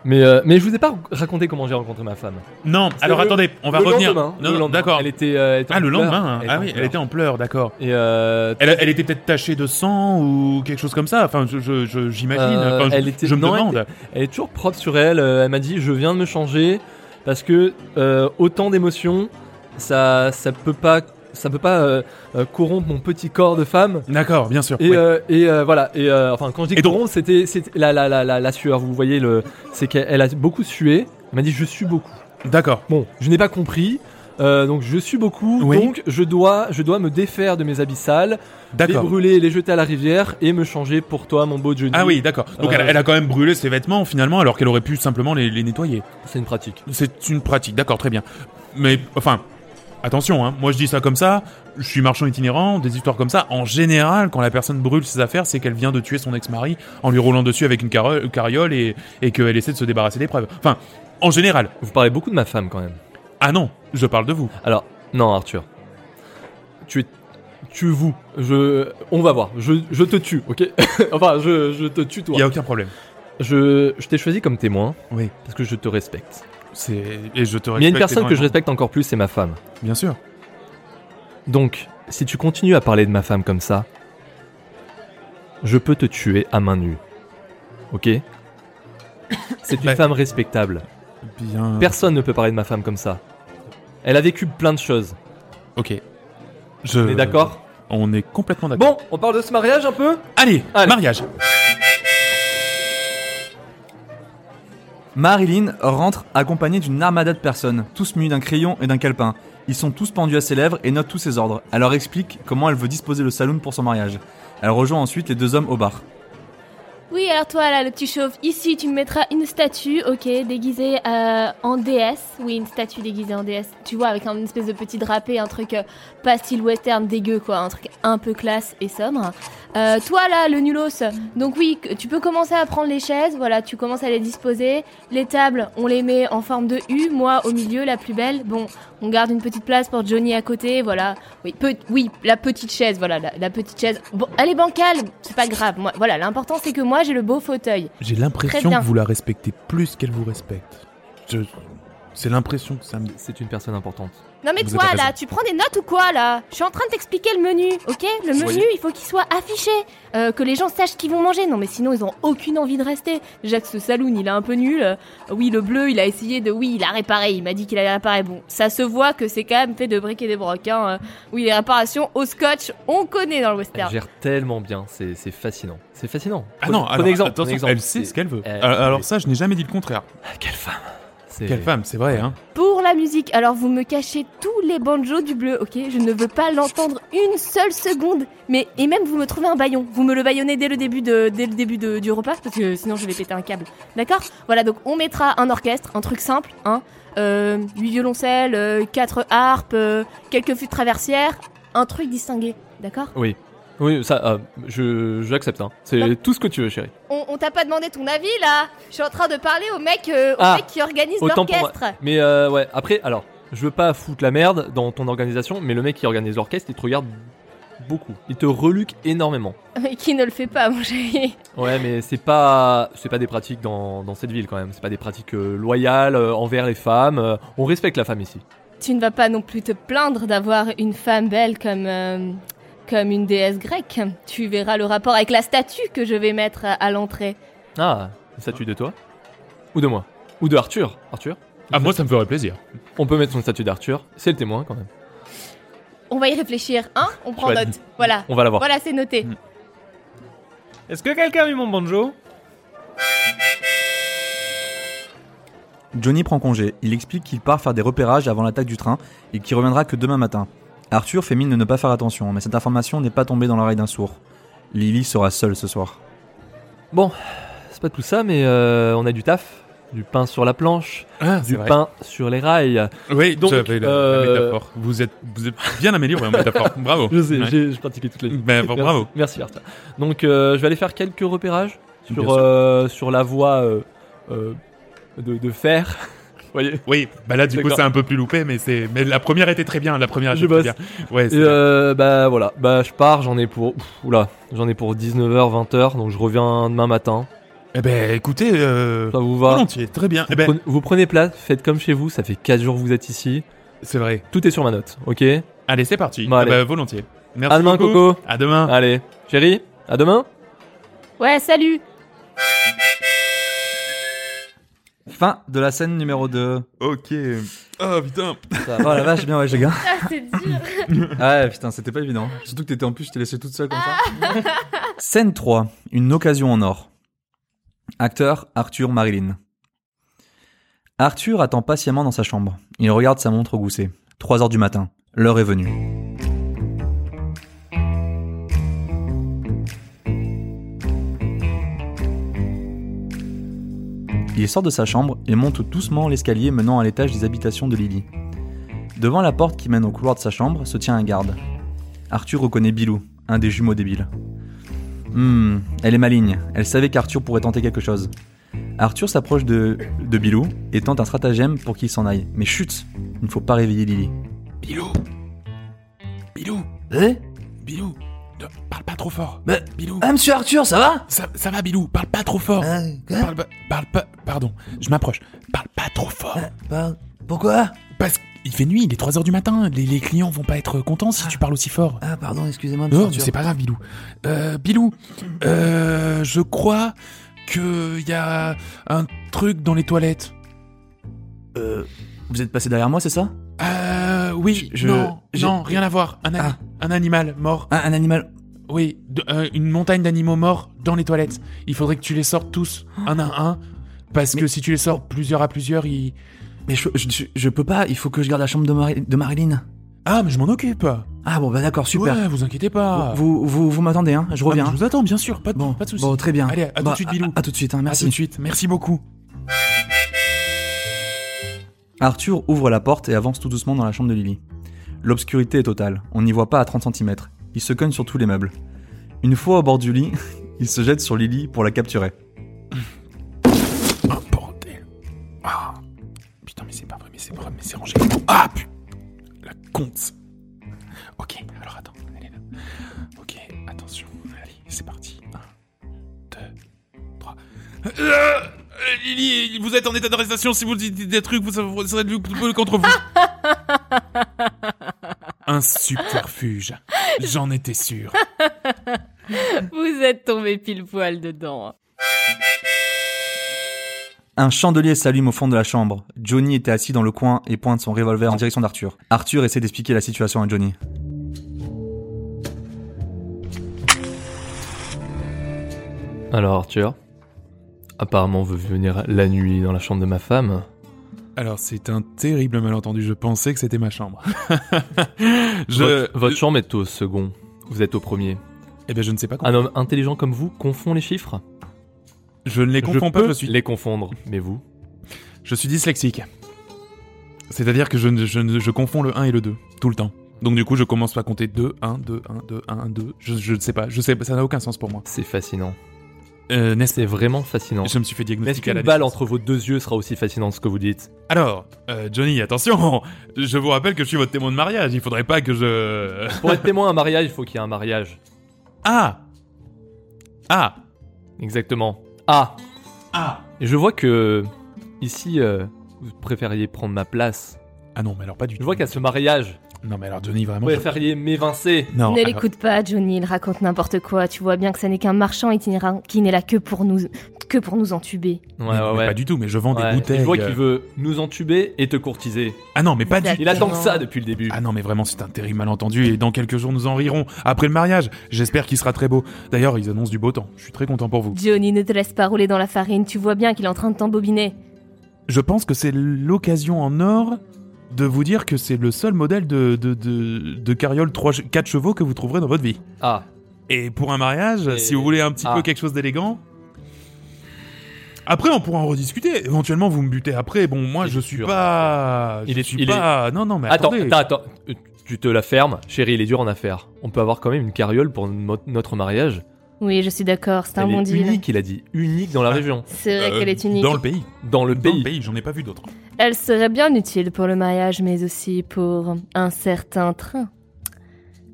S4: Mais, euh, mais je vous ai pas raconté comment j'ai rencontré ma femme.
S3: Non,
S4: C'est
S3: alors
S4: le-
S3: attendez, on va
S4: Le
S3: revenir.
S4: lendemain, hein.
S3: Non,
S4: le
S3: non,
S4: lendemain.
S3: d'accord.
S4: Elle était. euh, elle était
S3: Ah,
S4: en
S3: le
S4: pleurs.
S3: lendemain.
S4: Elle
S3: Ah
S4: était
S3: oui,
S4: en
S3: elle
S4: pleurs.
S3: était en pleurs, d'accord.
S4: Et euh,
S3: Elle, elle était peut-être tachée de sang ou quelque chose comme ça. Enfin, je, je- je- j'imagine.
S4: Euh,
S3: Enfin, je,
S4: elle était-
S3: je me
S4: non, elle
S3: demande.
S4: Elle est toujours propre sur elle. euh, Elle m'a dit je viens de me changer parce que euh, autant d'émotions, ça ça peut pas ça peut pas euh, euh, corrompre mon petit corps de femme.
S3: D'accord, bien sûr.
S4: Et,
S3: oui.
S4: euh, et, euh, voilà. Et euh, enfin quand je dis
S3: Et donc-
S4: corrompre, c'était c'était la, la la la la sueur. Vous voyez le c'est qu'elle elle a beaucoup sué. Elle m'a dit je sue beaucoup.
S3: D'accord.
S4: Bon, je n'ai pas compris. euh, donc je sue beaucoup,
S3: Oui.
S4: donc je dois, je dois me défaire de mes habits sales, les
S3: D'accord.
S4: brûler, les jeter à la rivière et me changer pour toi, mon beau Johnny.
S3: Ah oui, d'accord. Donc
S4: Euh,
S3: elle, elle a quand même brûlé ses vêtements finalement, alors qu'elle aurait pu simplement les, les nettoyer.
S4: c'est une pratique.
S3: C'est une pratique, d'accord, très bien. Mais enfin, attention, hein, moi je dis ça comme ça, je suis marchand itinérant, des histoires comme ça. En général, quand la personne brûle ses affaires, c'est qu'elle vient de tuer son ex-mari en lui roulant dessus avec une caro- carriole et, et qu'elle essaie de se débarrasser des preuves. Enfin, en général.
S4: Vous parlez beaucoup de ma femme quand même.
S3: Ah non, je parle de vous.
S4: Alors, non, Arthur. Tu es. Tu vous. Je. On va voir. Je, je te tue, ok Enfin, je, je te tue, toi.
S3: Il y a aucun problème.
S4: Je, je t'ai choisi comme témoin.
S3: Oui.
S4: Parce que je te respecte.
S3: C'est et je te
S4: Mais il y a une
S3: respecte
S4: personne que je
S3: énormément.
S4: respecte encore plus, c'est ma femme.
S3: Bien sûr.
S4: Donc, si tu continues à parler de ma femme comme ça, je peux te tuer à main nue. Ok C'est une
S3: Bah-
S4: femme respectable.
S3: Bien.
S4: Personne ne peut parler de ma femme comme ça. Elle a vécu plein de choses.
S3: ok. Je.
S4: On est d'accord
S3: On est complètement d'accord.
S4: Bon, on parle de ce mariage un peu
S3: Allez,
S4: Allez.
S3: mariage.
S2: Marilyn rentre accompagnée d'une armada de personnes, tous munis d'un crayon et d'un calepin. Ils sont tous pendus à ses lèvres et notent tous ses ordres. Elle leur explique comment elle veut disposer le saloon pour son mariage. Elle rejoint ensuite les deux hommes au bar.
S5: Oui, alors toi, là, le petit chauve, ici, tu me mettras une statue, ok, déguisée euh, en déesse. Oui, une statue déguisée en déesse. Tu vois, avec un- une espèce de petit drapé, un truc euh, pas style western dégueu, quoi. Un truc un peu classe et sobre. Euh, toi, là, le nulos. Donc oui, que- tu peux commencer à prendre les chaises, voilà, tu commences à les disposer. Les tables, on les met en forme de U, moi au milieu, la plus belle. Bon, on garde une petite place pour Johnny à côté, voilà. Oui, pe- oui, la petite chaise, voilà, la, la petite chaise. Bon, elle est bancale, c'est pas grave. Moi, voilà, l'important c'est que moi j'ai le beau fauteuil.
S3: J'ai
S5: Très
S3: l'impression
S5: bien.
S3: que vous la respectez plus qu'elle vous respecte. Je... C'est l'impression que ça me.
S4: C'est une personne importante.
S5: Non mais
S3: Vous
S5: toi
S3: avez raison.
S5: là, tu prends des notes ou quoi là Je suis en train de t'expliquer le menu, ok Le menu, il faut qu'il soit affiché, euh, que les gens sachent ce qu'ils vont manger. Non mais sinon ils ont aucune envie de rester. Déjà que ce saloon, il est un peu nul. Euh, Oui, le bleu, il a essayé de, oui, il a réparé. Il m'a dit qu'il allait réparer. Bon, ça se voit que c'est quand même fait de briques et des brocs. Hein. Euh, Oui, les réparations au scotch, on connaît dans le
S4: Elle
S5: western.
S4: gère tellement bien, c'est c'est fascinant. C'est fascinant.
S3: Ah non,
S4: Prenez-
S3: alors,
S4: prenez exemple,
S3: attention,
S4: prenez exemple.
S3: elle sait ce qu'elle veut.
S4: Euh,
S3: alors, alors
S4: oui.
S3: ça, je n'ai jamais dit le contraire.
S4: Ah, Quelle femme C'est-
S3: Quelle femme, c'est vrai, hein.
S5: Pour la musique, alors vous me cachez tous les banjos du bleu, ok Je ne veux pas l'entendre une seule seconde. Mais et même vous me trouvez un baillon. Vous me le baillonnez dès le début de dès le début de- du repas parce que sinon je vais péter un câble. D'accord Voilà donc on mettra un orchestre, un truc simple, hein euh, Huit violoncelles, euh, quatre harpes, euh, quelques fûts de traversière, un truc distingué. D'accord
S4: Oui. Oui, ça, euh, je j'accepte. Hein.
S5: Non.
S4: C'est tout ce que tu veux, chérie.
S5: On, on t'a pas demandé ton avis là Je suis en train de parler au mec, euh, au
S4: Ah,
S5: mec qui organise
S4: autant pour moi.
S5: l'orchestre.
S4: Mais euh, ouais, après, alors, je veux pas foutre la merde dans ton organisation, mais le mec qui organise l'orchestre, il te regarde beaucoup. Il te reluque énormément.
S5: Mais qui ne le fait pas, mon chéri
S4: Ouais, mais c'est pas c'est pas des pratiques dans, dans cette ville quand même. C'est pas des pratiques euh, loyales euh, envers les femmes. euh, on respecte la femme ici.
S5: Tu ne vas pas non plus te plaindre d'avoir une femme belle comme, euh, comme une déesse grecque. Tu verras le rapport avec la statue que je vais mettre à, à l'entrée.
S4: Ah, ça tue de toi Ou de moi Ou de Arthur Arthur
S3: Ah, moi, ça me ferait plaisir.
S4: On peut mettre son statut d'Arthur. C'est le témoin quand même.
S5: On va y réfléchir, hein On prend
S4: Chouette. Mm.
S5: note. Voilà.
S4: On va l'avoir.
S5: Voilà, c'est noté.
S6: Est-ce que quelqu'un a vu mon banjo
S2: Johnny prend congé. Il explique qu'il part faire des repérages avant l'attaque du train et qu'il reviendra que demain matin. Arthur fait mine de ne pas faire attention, mais cette information n'est pas tombée dans l'oreille d'un sourd. Lily sera seule ce soir.
S4: Bon, c'est pas tout ça, mais euh, on a du taf, du pain sur la planche,
S3: Ah, c'est
S4: du
S3: vrai.
S4: pain sur les rails.
S3: Oui,
S4: Donc,
S3: j'avais la, la
S4: euh,
S3: métaphore. Vous êtes, vous êtes bien amélioré en métaphore. Bravo.
S4: Je sais,
S3: Ouais.
S4: j'ai j'ai pratiqué toute la nuit.
S3: Ben, bon,
S4: Merci.
S3: bravo.
S4: Merci Bertha. Donc euh, je vais aller faire quelques repérages
S3: Bien
S4: sur,
S3: sûr.
S4: euh, sur la voie euh, euh, de, de fer. Vous voyez
S3: Oui, bah là du coup
S4: D'accord.
S3: c'est un peu plus loupé, mais c'est, mais la première était très bien, la première était
S4: Je
S3: très
S4: bosse.
S3: bien. Ouais, c'est
S4: Et
S3: bien.
S4: euh, bah voilà, bah je pars, j'en ai pour Ouf, oula, j'en ai pour 19h, 20h, donc je reviens demain matin.
S3: Eh ben écoutez, euh,
S4: Ça vous va
S3: volontiers, très bien. Eh ben,
S4: Prenez- Vous prenez place, faites comme chez vous, ça fait 4 jours que vous êtes ici.
S3: c'est vrai.
S4: Tout est sur ma note, ok
S3: Allez, c'est parti.
S4: Bon,
S3: Eh
S4: allez.
S3: ben, volontiers. Merci
S4: À demain
S3: beaucoup.
S4: Coco. Ah.
S3: À demain.
S4: Allez, chérie, à demain.
S5: Ouais, salut
S2: Fin de la scène numéro 2.
S3: Ok. Oh putain.
S2: Oh la vache, bien ouais, j'ai gars.
S5: Ah, c'est dur
S2: Ah ouais, putain, c'était pas évident. Surtout que t'étais en plus, je t'ai laissé toute seule comme ça. Scène 3, une occasion en or. Acteur Arthur Marilyn. Arthur attend patiemment dans sa chambre. Il regarde sa montre goussée. 3 heures du matin. L'heure est venue. Il sort de sa chambre et monte doucement l'escalier menant à l'étage des habitations de Lily. Devant la porte qui mène au couloir de sa chambre se tient un garde. Arthur reconnaît Bilou, un des jumeaux débiles. Hmm, elle est maligne, elle savait qu'Arthur pourrait tenter quelque chose. Arthur s'approche de, de Bilou et tente un stratagème pour qu'il s'en aille. Mais chut, il ne faut pas réveiller Lily.
S3: Bilou. Bilou.
S2: Eh
S3: Bilou. Ne parle pas trop fort.
S2: Mais-
S3: Bilou.
S2: Ah, monsieur Arthur, ça va
S3: Ça, ça va Bilou. Parle pas trop fort.
S2: Hein?
S3: Parle, pas- parle pas. Pardon. Je m'approche. Parle pas trop fort.
S2: Hein? Pourquoi
S3: Parce qu'il fait nuit. Il est 3 heures du matin. Les, les clients vont pas être contents si tu parles aussi fort.
S2: Ah, pardon, excusez-moi,
S3: Non, mais c'est pas grave, Bilou. Euh, Bilou, euh, je crois que y a un truc dans les toilettes.
S2: Euh, vous êtes passé derrière moi, c'est ça
S3: Euh, oui, Ah.
S2: Je- je-
S3: non,
S2: j'ai-
S3: non, rien à voir. Un, ani- un animal mort.
S2: Ah, un animal.
S3: Oui, de- euh, une montagne d'animaux morts dans les toilettes. Il faudrait que tu les sortes tous, un à un, parce que si tu les sors plusieurs à plusieurs, ils...
S2: Mais je, je- je- je peux pas, il faut que je garde la chambre de, Mari- de Marilyn.
S3: Ah, mais je m'en occupe.
S2: Ah bon, bah d'accord, super.
S3: Ouais, vous inquiétez pas.
S2: Vous, vous, vous m'attendez, hein, je
S3: Ah,
S2: reviens.
S3: je vous attends, bien sûr. Pas de,
S2: Bon,
S3: pas de soucis.
S2: bon, très bien.
S3: Allez, à tout
S2: Bah,
S3: de suite, Bilou.
S2: À, à tout de suite, hein,
S3: À tout
S2: merci.
S3: de suite. Merci beaucoup.
S2: Arthur ouvre la porte et avance tout doucement dans la chambre de Lily. L'obscurité est totale, on n'y voit pas à 30 cm. Il se cogne sur tous les meubles. Une fois au bord du lit, il se jette sur Lily pour la capturer.
S3: Oh, bordel. Ah. Putain, mais c'est pas vrai, mais c'est vrai, mais c'est rangé. Ah, putain. La conte. Ok, alors attends, elle est là. Ok, attention. Allez, c'est parti. 1, 2, 3. Euh, Lily, vous êtes en état d'arrestation. Si vous dites des trucs, vous serez le contre vous. Un subterfuge. J'en étais sûr.
S5: Vous êtes tombé pile poil dedans.
S2: Un chandelier s'allume au fond de la chambre. Johnny était assis dans le coin et pointe son revolver en direction d'Arthur. Arthur essaie d'expliquer la situation à Johnny.
S4: Alors Arthur, apparemment vous venir la nuit dans la chambre de ma femme.
S3: Alors, c'est un terrible malentendu. Je pensais que c'était ma chambre. je.
S4: Votre, votre chambre est au second, vous êtes au premier.
S3: Eh ben, je ne sais pas. comment-
S4: Un homme intelligent comme vous confond les chiffres
S3: Je ne les confonds
S4: je
S3: pas.
S4: peux
S3: Je suis.
S4: les confondre, mais vous
S3: Je suis dyslexique. C'est-à-dire que je, ne- je, ne- je confonds le 1 et le 2 tout le temps. Donc du coup, je commence à compter 2, 1, 2, 1, 2, 1, 2. Je, je ne sais pas. Je sais, pas, ça n'a aucun sens pour moi.
S4: C'est fascinant.
S3: Euh, n'est-ce
S4: C'est vraiment fascinant.
S3: Je me suis fait
S4: Mais est-ce
S3: diagnostiquer à
S4: qu'une
S3: la
S4: balle
S3: naissance.
S4: entre vos deux yeux sera aussi fascinante que ce que vous dites
S3: Alors, euh, Johnny, attention. Je vous rappelle que je suis votre témoin de mariage. Il faudrait pas que je.
S4: Pour être témoin à un mariage, il faut qu'il y ait un mariage.
S3: Ah. Ah.
S4: Exactement. Ah
S3: Ah.
S4: Et je vois que ici, euh, vous préfériez prendre ma place.
S3: Ah non, mais alors pas du tout.
S4: Je vois qu'à ce mariage,
S3: Non, mais alors Johnny,
S4: vous
S3: vraiment. je-
S4: préfériez m'évincer.
S3: Non.
S5: ne
S3: alors-
S5: l'écoute pas, Johnny, il raconte n'importe quoi. Tu vois bien que ça n'est qu'un marchand itinérant qui n'est là que pour nous, que pour nous entuber.
S3: mais-
S4: Ouais, ouais,
S3: mais
S4: ouais.
S3: Pas du tout. Mais je vends
S4: Ouais.
S3: des bouteilles.
S4: Je vois qu'il
S3: euh.
S4: veut nous entuber et te courtiser.
S3: Ah non, mais pas du
S4: Il attend que ça depuis le début.
S3: Ah non, mais vraiment, c'est un terrible malentendu et dans quelques jours, nous en rirons. Après le mariage, j'espère qu'il sera très beau. D'ailleurs, ils annoncent du beau temps. Je suis très content pour vous.
S5: Johnny, ne te laisse pas rouler dans la farine, tu vois bien qu'il est en train de t'embobiner.
S3: Je pense que c'est l'occasion en or de vous dire que c'est le seul modèle de, de, de, de carriole 3, 4 chevaux que vous trouverez dans votre vie.
S4: Ah,
S3: Et pour un mariage,
S4: Et-
S3: si vous voulez un petit
S4: Ah.
S3: peu quelque chose d'élégant, Après, on pourra en rediscuter. Éventuellement, vous me butez après. Bon, moi,
S4: Il
S3: je
S4: est
S3: suis
S4: dur,
S3: pas.
S4: Il
S3: je
S4: est-
S3: suis
S4: il est-
S3: pas. Non, non, mais
S4: Attends,
S3: attendez.
S4: attends, attends. Euh, Tu te la fermes, chérie, il est dur en affaires. On peut avoir quand même une carriole pour no- notre mariage.
S5: Oui, je suis d'accord, c'est un
S4: Elle
S5: bon
S4: est
S5: deal.
S4: unique, il a dit. Unique dans la
S3: Ah.
S4: région.
S5: C'est vrai
S3: Euh,
S5: qu'elle est unique.
S3: Dans le pays.
S4: Dans le
S3: Dans le
S4: pays.
S3: pays, j'en ai pas vu d'autres.
S5: Elle serait bien utile pour le mariage, mais aussi pour un certain train.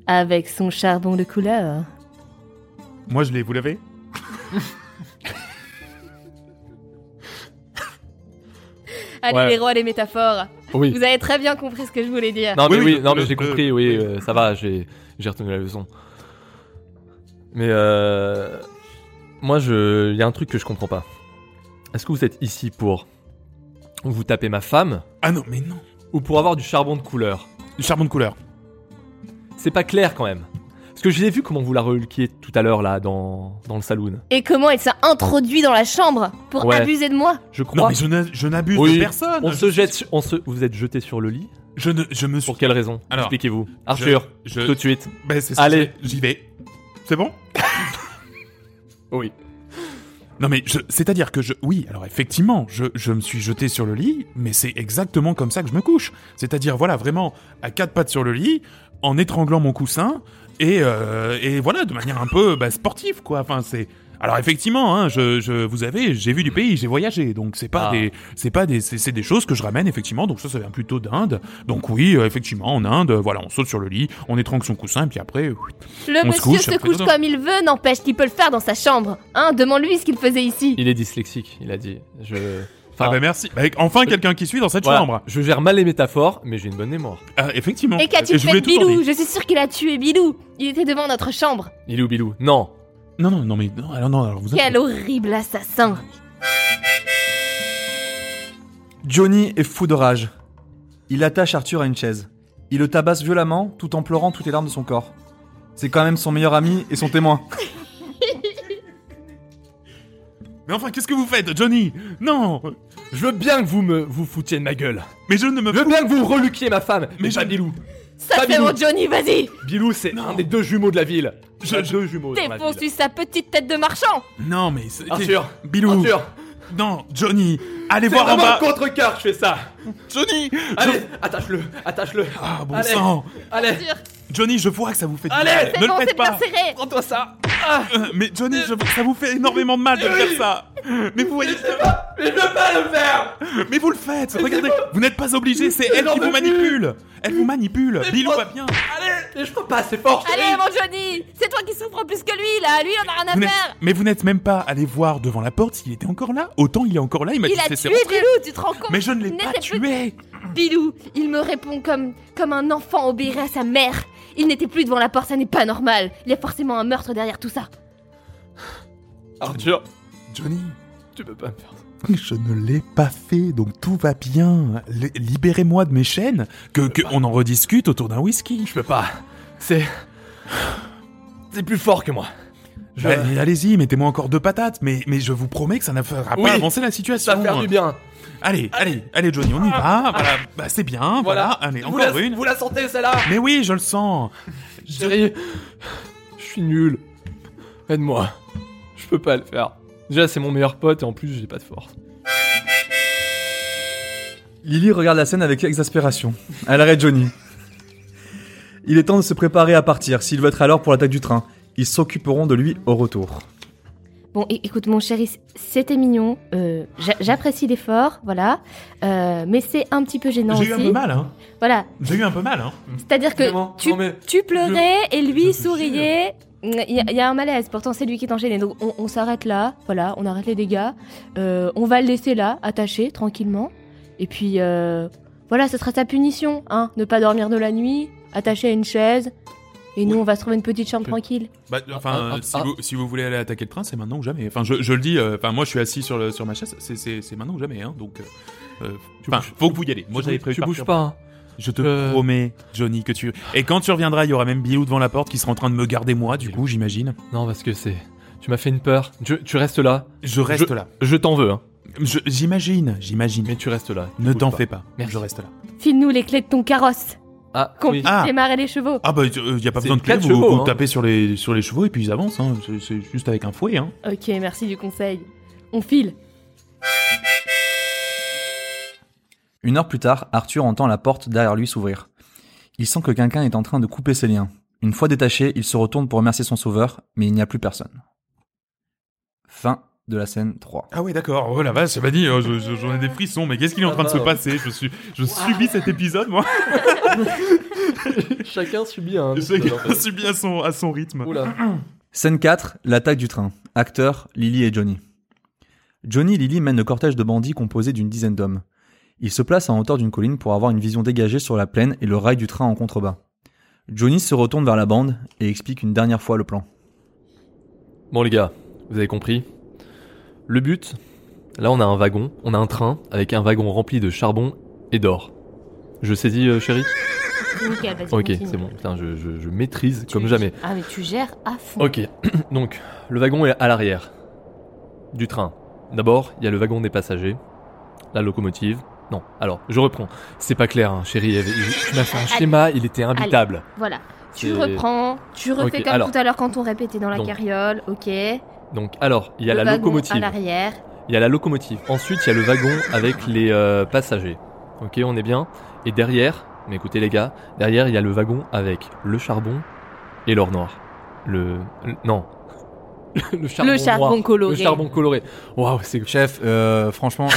S5: Avec son charbon de couleur.
S3: Moi, je l'ai. Vous l'avez
S5: Allez,
S4: Ouais.
S5: les rois, les métaphores.
S4: Oui.
S5: Vous avez très bien compris ce que je voulais dire.
S4: Non, mais
S3: Oui,
S4: oui,
S3: oui,
S4: non,
S3: le-
S4: mais j'ai
S3: le-
S4: compris,
S3: oui.
S4: oui, euh, ça va, j'ai j'ai retenu la leçon. Mais euh, moi, je, il y a un truc que je comprends pas. Est-ce que vous êtes ici pour vous taper ma femme
S3: Ah non, mais non.
S4: ou pour avoir du charbon de couleur
S3: Du charbon de couleur.
S4: C'est pas clair quand même. Parce que j'ai vu comment vous la reluquiez tout à l'heure là dans, dans le saloon.
S5: Et comment elle s'est introduite dans la chambre pour
S4: Ouais.
S5: abuser de moi
S4: Je
S3: Non,
S4: crois.
S3: mais je n'a- je n'abuse
S4: Oui.
S3: de personne.
S4: On
S3: Je-
S4: se jette, su- on se, vous êtes jeté sur le lit.
S3: Je ne, je me suis.
S4: Pour quelle raison
S3: Alors,
S4: Expliquez-vous. Arthur,
S3: je,
S4: tout de suite.
S3: Ben, c'est
S4: Allez.
S3: c'est- j'y vais. C'est bon
S4: Oui.
S3: Non mais je- c'est-à-dire que je, oui, alors effectivement, je, je me suis jeté sur le lit, mais c'est exactement comme ça que je me couche. C'est-à-dire voilà, vraiment à quatre pattes sur le lit, en étranglant mon coussin et euh, et voilà de manière un peu bah, sportive quoi. Enfin c'est alors effectivement, hein, je, je vous avez, j'ai vu du pays, j'ai voyagé, donc c'est pas
S4: Ah.
S3: des, c'est pas des, c'est c'est des choses que je ramène effectivement. Donc ça, ça vient plutôt d'Inde. Donc oui, euh, effectivement, en Inde, voilà, on saute sur le lit, on étrangle son coussin, et puis après, euh, oui,
S5: Le
S3: On se
S5: monsieur
S3: couche,
S5: se
S3: après
S5: couche
S3: dodo.
S5: comme il veut, n'empêche qu'il peut le faire dans sa chambre. Hein, demande-lui ce qu'il faisait ici.
S4: Il est dyslexique, il a dit. Je. Enfin,
S3: Ah bah merci. Bah, enfin quelqu'un qui suit dans cette
S4: voilà,
S3: chambre.
S4: je gère mal les métaphores, mais j'ai une bonne mémoire.
S3: Ah, effectivement.
S5: Et qu'a-t-il
S3: je
S5: fait de
S3: voulais tout leur
S5: Bilou
S3: dire.
S5: Je suis sûre qu'il a tué Bilou. Il était devant notre chambre.
S4: Il est où Bilou Non.
S3: Non non non mais non alors non alors vous
S5: Quel horrible assassin.
S2: Johnny est fou de rage. Il attache Arthur à une chaise. Il le tabasse violemment tout en pleurant toutes les larmes de son corps. C'est quand même son meilleur ami et son témoin.
S3: Mais enfin qu'est-ce que vous faites Johnny Non
S4: Je veux bien que vous me vous foutiez de ma gueule.
S3: mais je ne me
S4: Je veux bien que vous reluquiez ma femme. Mais,
S3: Mais
S4: pas
S3: je-
S4: Bilou.
S5: Ça
S4: Pas
S5: fait
S4: Bilou.
S5: mon Johnny, vas-y
S3: Oh,
S4: Bilou, c'est un des deux jumeaux de la ville.
S3: Je-
S4: J'ai deux jumeaux dans la ville.
S5: Défonce-lui sa petite tête de marchand
S3: Non mais c'est- eh,
S4: Arthur.
S3: Bilou
S4: Arthur,
S3: non Johnny allez
S4: c'est
S3: voir en
S4: vraiment
S3: bas
S4: contre cœur je fais ça.
S3: Johnny
S4: Allez, attache-le, attache-le.
S3: ah bon
S4: Allez.
S3: sang
S4: Allez,
S5: Arthur,
S3: Johnny je vois que ça vous fait du
S4: Allez.
S3: mal.
S5: C'est
S3: ne
S5: bon,
S3: le
S5: c'est
S3: faites
S5: bien
S3: pas
S5: serré
S4: prends-toi ça.
S3: Euh, mais Johnny je... ça vous fait énormément de mal de faire ça mais vous voyez
S4: Mais je veux pas le faire.
S3: mais vous le faites regardez vous n'êtes pas obligé c'est elle
S4: j'en
S3: qui vous
S4: veux
S3: manipule elle vous manipule Bilou
S4: moi-
S3: va bien
S4: Allez, mais je peux pas, c'est fort.
S5: Allez, mon Johnny C'est toi qui souffres plus que lui, là Lui, on a rien à
S3: Vous n'êtes-
S5: faire
S3: mais vous n'êtes même pas allé voir devant la porte s'il était encore là. Autant il est encore là, il m'a dit
S5: Il a
S3: c'est- c'est
S5: tué
S3: rentré.
S5: Bilou, tu te rends compte
S3: Mais je ne l'ai
S5: Il
S3: pas
S5: n'était plus-
S3: tué.
S5: Bilou, il me répond comme, comme un enfant obéirait à sa mère Il n'était plus devant la porte, ça n'est pas normal Il y a forcément un meurtre derrière tout ça
S4: Arthur,
S3: Johnny,
S4: tu peux pas me faire ça.
S3: je ne l'ai pas fait, donc tout va bien. Li- Libérez-moi de mes chaînes, que, que on en rediscute autour d'un whisky.
S4: Je peux pas. C'est c'est plus fort que moi. Je-
S3: Bah, Allez-y, mettez-moi encore deux patates, mais, mais je vous promets que ça ne fera
S4: Oui,
S3: pas avancer la
S4: Ça
S3: situation.
S4: va faire du bien.
S3: Allez, allez, allez Johnny, on y va. Voilà, bah, c'est bien. Voilà, allez,
S4: vous
S3: encore
S4: la,
S3: une.
S4: Vous la sentez celle-là
S3: Mais oui, je le sens.
S4: Chérie, je suis nul. Aide-moi. Je peux pas le faire. Déjà, c'est mon meilleur pote et en plus, j'ai pas de force.
S2: Lily regarde la scène avec exaspération. Elle arrête Johnny. Il est temps de se préparer à partir. S'il veut être à l'heure pour l'attaque du train, ils s'occuperont de lui au retour.
S5: Bon, é- écoute, mon chéri, c- c'était mignon. Euh, j'a- J'apprécie l'effort, voilà. Euh, mais c'est un petit peu gênant
S3: J'ai eu un peu
S5: aussi.
S3: mal, hein.
S5: Voilà.
S3: J'ai eu un peu mal, hein.
S5: C'est-à-dire que
S4: Vraiment,
S5: tu,
S4: non, mais
S5: tu pleurais et lui
S3: je te
S5: souriait. Il y, a- il y a un malaise, pourtant c'est lui qui est enchaîné. Donc on, on s'arrête là, voilà, on arrête les dégâts. Euh, on va le laisser là, attaché, tranquillement. Et puis euh, voilà, ce sera sa punition, hein. Ne pas dormir de la nuit, attaché à une chaise. Et nous, on va se trouver une petite chambre
S4: Que-
S5: tranquille.
S3: Bah, enfin,
S4: ah,
S3: euh, si,
S4: ah.
S3: Vous, si vous voulez aller attaquer le train, c'est maintenant ou jamais. Enfin, je, je le dis, euh, enfin, moi je suis assis sur, le, sur ma chaise, c'est- c'est c'est maintenant ou jamais, hein, donc. euh, euh, Enfin,
S4: bouges-
S3: faut que vous y allez. Moi
S4: tu
S3: j'avais
S4: bouges-
S3: prévu.
S4: Tu
S3: de
S4: bouges
S3: partir.
S4: pas. hein.
S3: Je te
S4: Euh.
S3: promets, Johnny, que tu. Et quand tu reviendras, il y aura même Bilou devant la porte qui sera en train de me garder moi, du coup, j'imagine.
S4: Non, parce que c'est. Tu m'as fait une peur. Tu, tu restes là.
S3: Je reste là.
S4: Je t'en veux, hein.
S3: Je- J'imagine,
S4: Mais
S3: j'imagine.
S4: tu restes là. Tu
S3: Ne
S4: bouges
S3: t'en
S4: pas.
S3: fais pas.
S4: Merci.
S3: Je reste là.
S5: File-nous les clés de ton carrosse,
S4: Ah,
S5: qu'on
S4: oui.
S5: puisse
S3: Ah.
S5: démarrer les chevaux.
S3: Ah bah, il n'y a pas
S4: C'est
S3: besoin de clé,
S4: quatre
S3: vous,
S4: chevaux,
S3: vous
S4: hein.
S3: tapez sur les, sur les chevaux et puis ils avancent, hein. C'est- c'est juste avec un fouet. Hein.
S5: Ok, merci du conseil. On file.
S2: Une heure plus tard, Arthur entend la porte derrière lui s'ouvrir. Il sent que quelqu'un est en train de couper ses liens. Une fois détaché, il se retourne pour remercier son sauveur, mais il n'y a plus personne. Fin de la scène 3.
S3: Ah ouais, d'accord. Oh la vache, ça m'a dit, euh, je- je- j'en ai des frissons, mais qu'est-ce qu'il est en train de
S6: Ah,
S3: se
S6: bah.
S3: passer Je, suis, je subis cet épisode, moi.
S4: Chacun subit un. épisode, en
S3: Je
S4: fait.
S3: subis à son, à son rythme.
S4: Oula.
S2: Scène 4, l'attaque du train. Acteurs, Lily et Johnny. Johnny et Lily mènent le cortège de bandits composé d'une dizaine d'hommes. Ils se placent à hauteur d'une colline pour avoir une vision dégagée sur la plaine et le rail du train en contrebas. Johnny se retourne vers la bande et explique une dernière fois le plan.
S4: Bon les gars, vous avez compris. Le but, là on a un wagon, on a un train avec un wagon rempli de charbon et d'or. Je saisis, euh, chérie
S5: Nickel, vas-y,
S4: Ok,
S5: continue.
S4: c'est bon. Putain, je, je- je maîtrise
S5: Tu-
S4: comme jamais.
S5: Ah, mais tu gères à fond.
S4: Ok, donc le wagon est à l'arrière du train. D'abord, il y a le wagon des passagers, la locomotive. Non, alors je reprends. C'est pas clair, hein, chérie. elle- je- Tu m'as fait un
S5: Allez.
S4: schéma, il était imbitable.
S5: Voilà. Tu
S4: C'est-
S5: reprends, tu refais
S4: Ok,
S5: comme
S4: alors.
S5: tout à l'heure quand on répétait dans la
S4: Donc.
S5: carriole, ok.
S4: Donc, alors, il y a
S5: Le
S4: la
S5: wagon À
S4: locomotive.
S5: l'arrière.
S4: Il y a la locomotive. Ensuite, il y a le wagon avec les euh, passagers. Ok, on est bien. Et derrière, mais écoutez les gars, derrière il y a le wagon avec le charbon et l'or noir. Le, le- non. Le charbon,
S5: le charbon
S4: noir.
S5: coloré.
S4: Le charbon coloré. Waouh, c'est
S2: Chef, euh, franchement,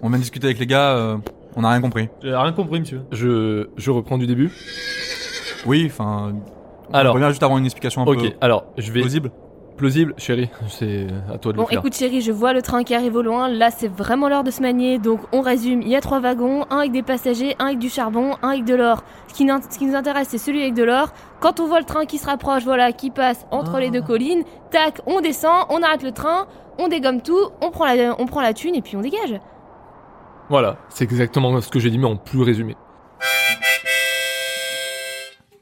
S2: on, vient discuter avec les gars, euh, on n'a rien compris.
S6: J'ai rien compris, monsieur.
S4: je je reprends du début.
S2: Oui, enfin,
S4: Alors,
S2: juste avant une explication
S4: ok. Alors, je vais
S2: plausible.
S4: plausible, chérie. C'est à toi de
S5: Bon,
S4: le faire.
S5: écoute chérie, je vois le train qui arrive au loin. Là, c'est vraiment l'heure de se manier. Donc, on résume. Il y a trois wagons, un avec des passagers, un avec du charbon, un avec de l'or. Ce qui, n'in- ce qui nous intéresse, c'est celui avec de l'or. Quand on voit le train qui se rapproche, voilà, qui passe entre
S4: Ah.
S5: les deux collines, tac, on descend, on arrête le train, on dégomme tout, on prend la, on prend la thune et puis on dégage.
S4: Voilà, c'est exactement ce que j'ai dit, mais en plus résumé.